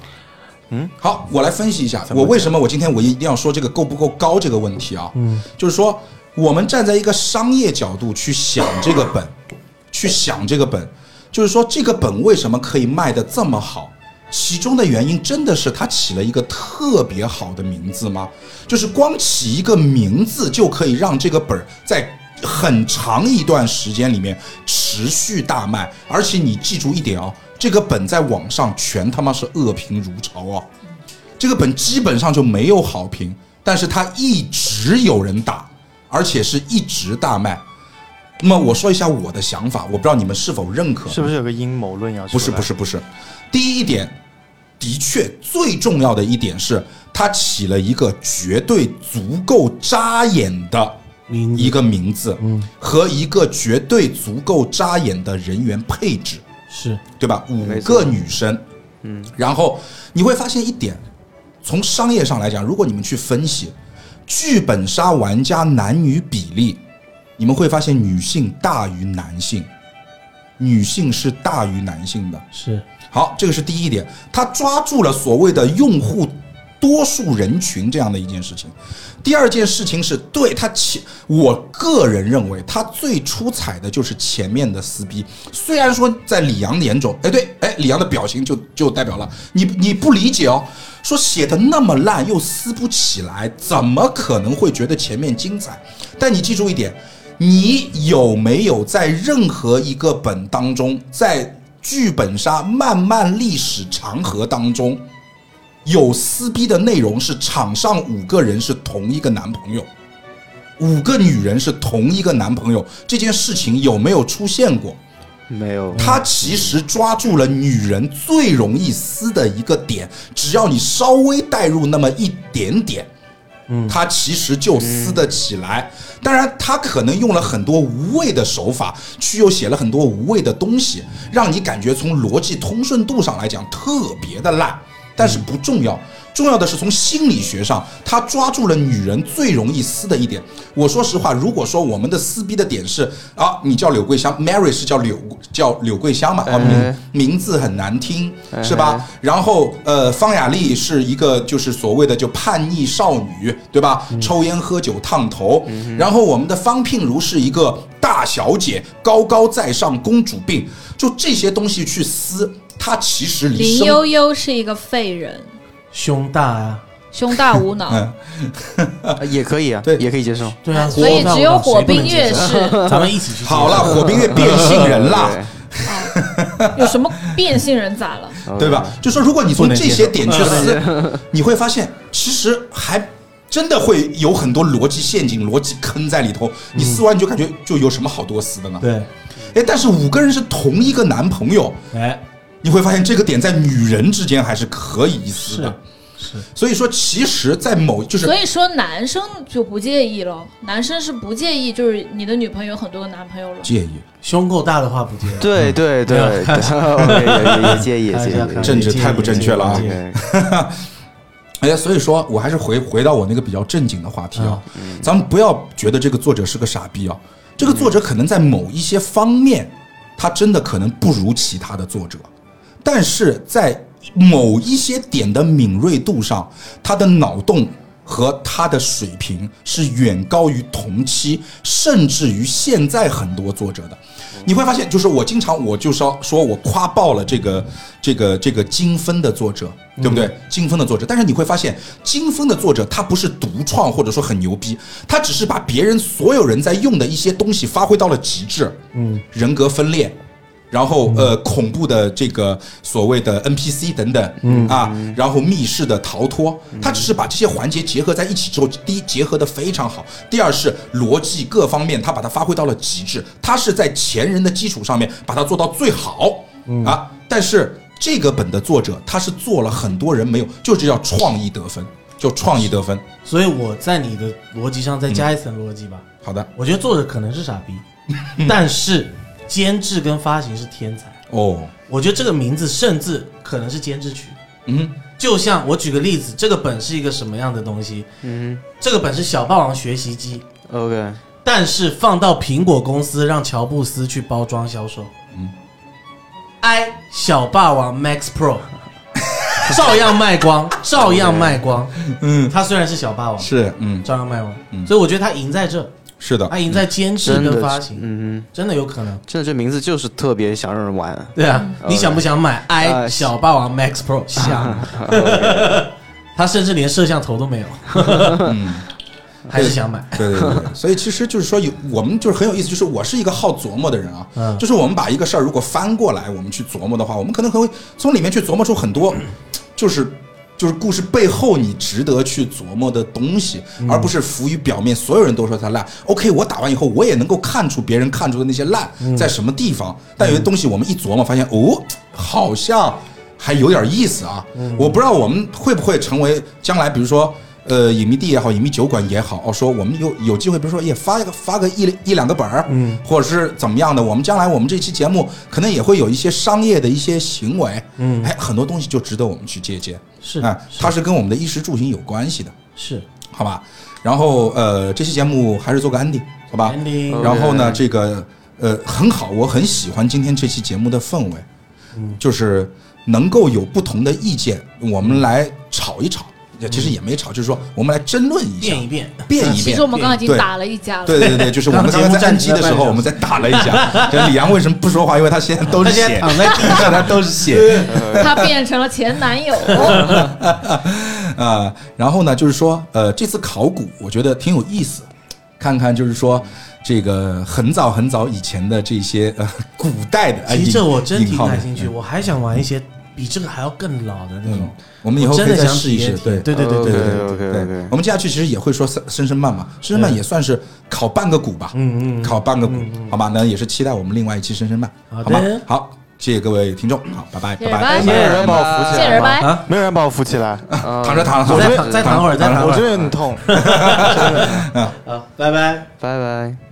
S3: 嗯，
S5: 好，我来分析一下，
S3: 怎么
S5: 我
S3: 讲
S5: 为什么我今天我一定要说这个够不够高这个问题啊？嗯，就是说我们站在一个商业角度去想这个本，去想这个本，就是说这个本为什么可以卖的这么好？其中的原因真的是它起了一个特别好的名字吗？就是光起一个名字就可以让这个本儿在很长一段时间里面持续大卖，而且你记住一点哦，这个本在网上全他妈是恶评如潮哦，这个本基本上就没有好评，但是它一直有人打，而且是一直大卖。那么我说一下我的想法，我不知道你们是否认可，
S3: 是不是有个阴谋论要出
S5: 不是
S3: 来
S5: 不是不是，第一点，的确最重要的一点是，它起了一个绝对足够扎眼的
S4: 名字
S5: 一个名字，和一个绝对足够扎眼的人员配置，
S4: 是
S5: 对吧？五
S2: 没错
S5: 个女生，嗯，然后你会发现一点，从商业上来讲，如果你们去分析剧本杀玩家男女比例，你们会发现女性大于男性，女性是大于男性的。
S4: 是，
S5: 好，这个是第一点，他抓住了所谓的用户多数人群这样的一件事情。第二件事情是对他前，我个人认为他最出彩的就是前面的撕逼。虽然说在李阳的眼中，哎对，哎李阳的表情就 就代表了你你不理解哦，说写的那么烂又撕不起来，怎么可能会觉得前面精彩？但你记住一点，你有没有在任何一个本当中，在剧本杀漫漫历史长河当中，有撕逼的内容是场上五个人是同一个男朋友，五个女人是同一个男朋友，这件事情有没有出现过？
S2: 没有
S5: 他其实抓住了女人最容易撕的一个点，只要你稍微带入那么一点点，嗯，他其实就撕得起来。当然，他可能用了很多无谓的手法，去又写了很多无谓的东西，让你感觉从逻辑通顺度上来讲特别的烂，但是不重要。重要的是从心理学上，他抓住了女人最容易撕的一点。我说实话，如果说我们的撕逼的点是啊，你叫柳桂香，Mary 是叫柳叫柳桂香嘛，啊
S2: 哎
S5: 名名字很难听是
S2: 哎
S5: 吧？然后呃，方雅丽是一个就是所谓的就叛逆少女，对吧？抽烟喝酒烫头，然后我们的方聘如是一个大小姐，高高在上，公主病，就这些东西去撕，她其实离
S6: 林
S5: 生
S6: 悠悠是一个废人，
S4: 胸大啊，
S6: 胸大无脑，
S5: 嗯
S2: 呃也可以啊
S5: 对，
S2: 也可以接受。
S4: 对啊，
S6: 所以只有火冰月
S4: 谁
S6: 是
S4: 不能接受 咱们一起去接受。
S5: 好了，火冰月变性人啦。
S6: 有什么变性人咋了？
S2: 对
S5: 对吧？？就说如果你从这些点去思， 你会发现其实还真的会有很多逻辑陷阱、逻辑坑在里头。你撕完你就感觉就有什么好多撕的呢？
S4: 对，
S5: 哎，但是五个人是同一个男朋友，
S4: 哎，
S5: 你会发现这个点在女人之间还是可以一撕
S4: 是
S5: 的。
S4: 是，
S5: 所以说，其实，在某就是
S6: 所以说男生就不介意了，男生是不介意，就是你的女朋友有很多个男朋友了。
S5: 介意
S4: 胸够大的话不接。
S2: 对对对，
S4: 没有开玩
S2: 对也也介意也
S4: 开玩
S2: 介
S4: 笑嗯开玩
S2: 意
S4: 笑
S5: 政治太不正确了啊
S4: 介意介意介意
S2: OK。
S5: 哎，所以说我还是回回到我那个比较正经的话题啊，
S4: 嗯
S5: 咱们不要觉得这个作者是个傻逼啊，这个作者可能在某一些方面，他真的可能不如其他的作者，但是在某一些点的敏锐度上，他的脑洞和他的水平是远高于同期，甚至于现在很多作者的。你会发现，就是我经常我就说说我夸爆了这个这个这个金分的作者，对不对？金分的作者，但是你会发现，金分的作者他不是独创或者说很牛逼，他只是把别人所有人在用的一些东西发挥到了极致。嗯，人格分裂。然后呃，恐怖的这个所谓的 NPC 等等，嗯啊，然后密室的逃脱，他只是把这些环节结合在一起之后，第一结合的非常好，第二是逻辑各方面他把它发挥到了极致，他是在前人的基础上面把它做到最好啊，但是这个本的作者他是做了很多人没有，就是叫创意得分，就创意得分，
S4: 所以我在你的逻辑上再加一层逻辑吧。
S5: 好的
S4: 我觉得作者可能是傻 逼，但是监制跟发行是天才。
S5: 哦，
S4: 我觉得这个名字甚至可能是监制取。
S5: 嗯，
S4: 就像我举个例子，这个本是一个什么样的东西？
S2: 嗯
S4: 这个本是小霸王学习机，
S2: ，OK，
S4: 但是放到苹果公司让乔布斯去包装销售。
S5: 嗯
S4: ，i 小霸王 Max Pro 照样卖光，照样卖光。嗯，它虽然是小霸王，
S5: 是嗯
S4: 照样卖光。
S5: 嗯
S4: 所以我觉得它赢在这，
S5: 是的，
S4: 它赢在监制
S2: 真的
S4: 跟发
S2: 是
S4: 行，
S2: 嗯
S4: 真的有可能
S2: 哼。，真的这名字就是特别想让人玩。
S4: 对啊，你想不想
S5: 哦
S4: 买 i
S5: 啊
S2: 呃
S4: 小霸王 Max Pro？想， 他甚至连摄像头都没有，
S5: 嗯。
S4: 还是想买。
S5: 对对对对，所以其实就是说有我们就是很有意思，就是我是一个好琢磨的人啊，
S4: 嗯
S5: 就是我们把一个事儿如果翻过来，我们去琢磨的话，我们可能会从里面去琢磨出很多，就是。就是故事背后你值得去琢磨的东西，而不是浮于表面。所有人都说它烂，OK，我打完以后我也能够看出别人看出的那些烂在什么地方。但有些东西我们一琢磨，发现哦，好像还有点意思啊。我不知道我们会不会成为将来，比如说。呃，影迷地也好，影迷酒馆也好，哦，说我们有有机会，比如说也发一个发个一一两个本儿，嗯，或者是怎么样的，我们将来我们这期节目可能也会有一些商业的一些行为，嗯，哎，很多东西就值得我们去借鉴，
S4: 是
S5: 哎，
S4: 是
S5: 它是跟我们的衣食住行有关系的，
S4: 是
S5: 好吧？然后呃，这期节目还是做个 ending，好吧？
S4: ending，
S5: 然后呢，
S2: 对
S5: 这个呃很好，我很喜欢今天这期节目的氛围，
S4: 嗯
S5: 就是能够有不同的意见，我
S4: 嗯
S5: 们来吵一吵，也其实也没吵，就是说我们来争论一下
S4: 变，一嗯变，
S5: 辩一
S6: 其
S5: 辩
S6: 实我。们刚刚已经
S5: 对
S6: 打了一架了，
S5: 对对对，就是我们刚才在按机的时候，我们在打了一下。 这李阳为什么不说话？因为他现在都
S4: 他
S5: 是
S4: 现在
S5: 血，
S4: 躺在地
S5: 看他都是 血
S6: 他变成了前男友。
S5: 啊、呃然后呢，就是说，呃，这次考古我觉得挺有意思，看看就是说这个很早很早以前的这些呃古代的。呃
S4: 其实这我真
S5: 引
S4: 挺
S5: 引号的
S4: 感兴趣，我还想玩一些比这个还要更老的那
S5: 嗯
S4: 种，，
S5: 我们以后
S4: 真
S5: 可以
S4: 的
S5: 再
S4: 想
S5: 试
S4: 体
S5: 一
S4: 验
S5: 试。
S4: 体验
S5: 对
S4: 对对对对对，
S2: OK
S5: 对
S2: OK，
S5: 我们接下去其实也会说《生生漫》嘛，《生生漫》也算是考半个股吧，
S4: 嗯嗯嗯
S5: 考半个股，好吧？那也是期待我们另外一期《生生漫》，
S4: 好
S5: 好吗
S4: 的？
S5: 好，谢谢各位听众，好，拜拜，
S6: 谢谢
S5: 拜
S6: 拜拜
S2: 没有人把我扶起
S6: 谢
S2: 来
S6: 人
S2: 吗？
S6: 拜，
S4: 啊，
S3: 没有人把我扶起来，
S2: 啊
S5: 嗯躺着躺着躺
S4: 再
S5: 着，
S4: 躺再躺会儿，再躺
S3: 我
S4: 会
S3: 这
S4: 儿，
S3: 边有点痛。
S4: 好，拜拜。
S2: 拜拜。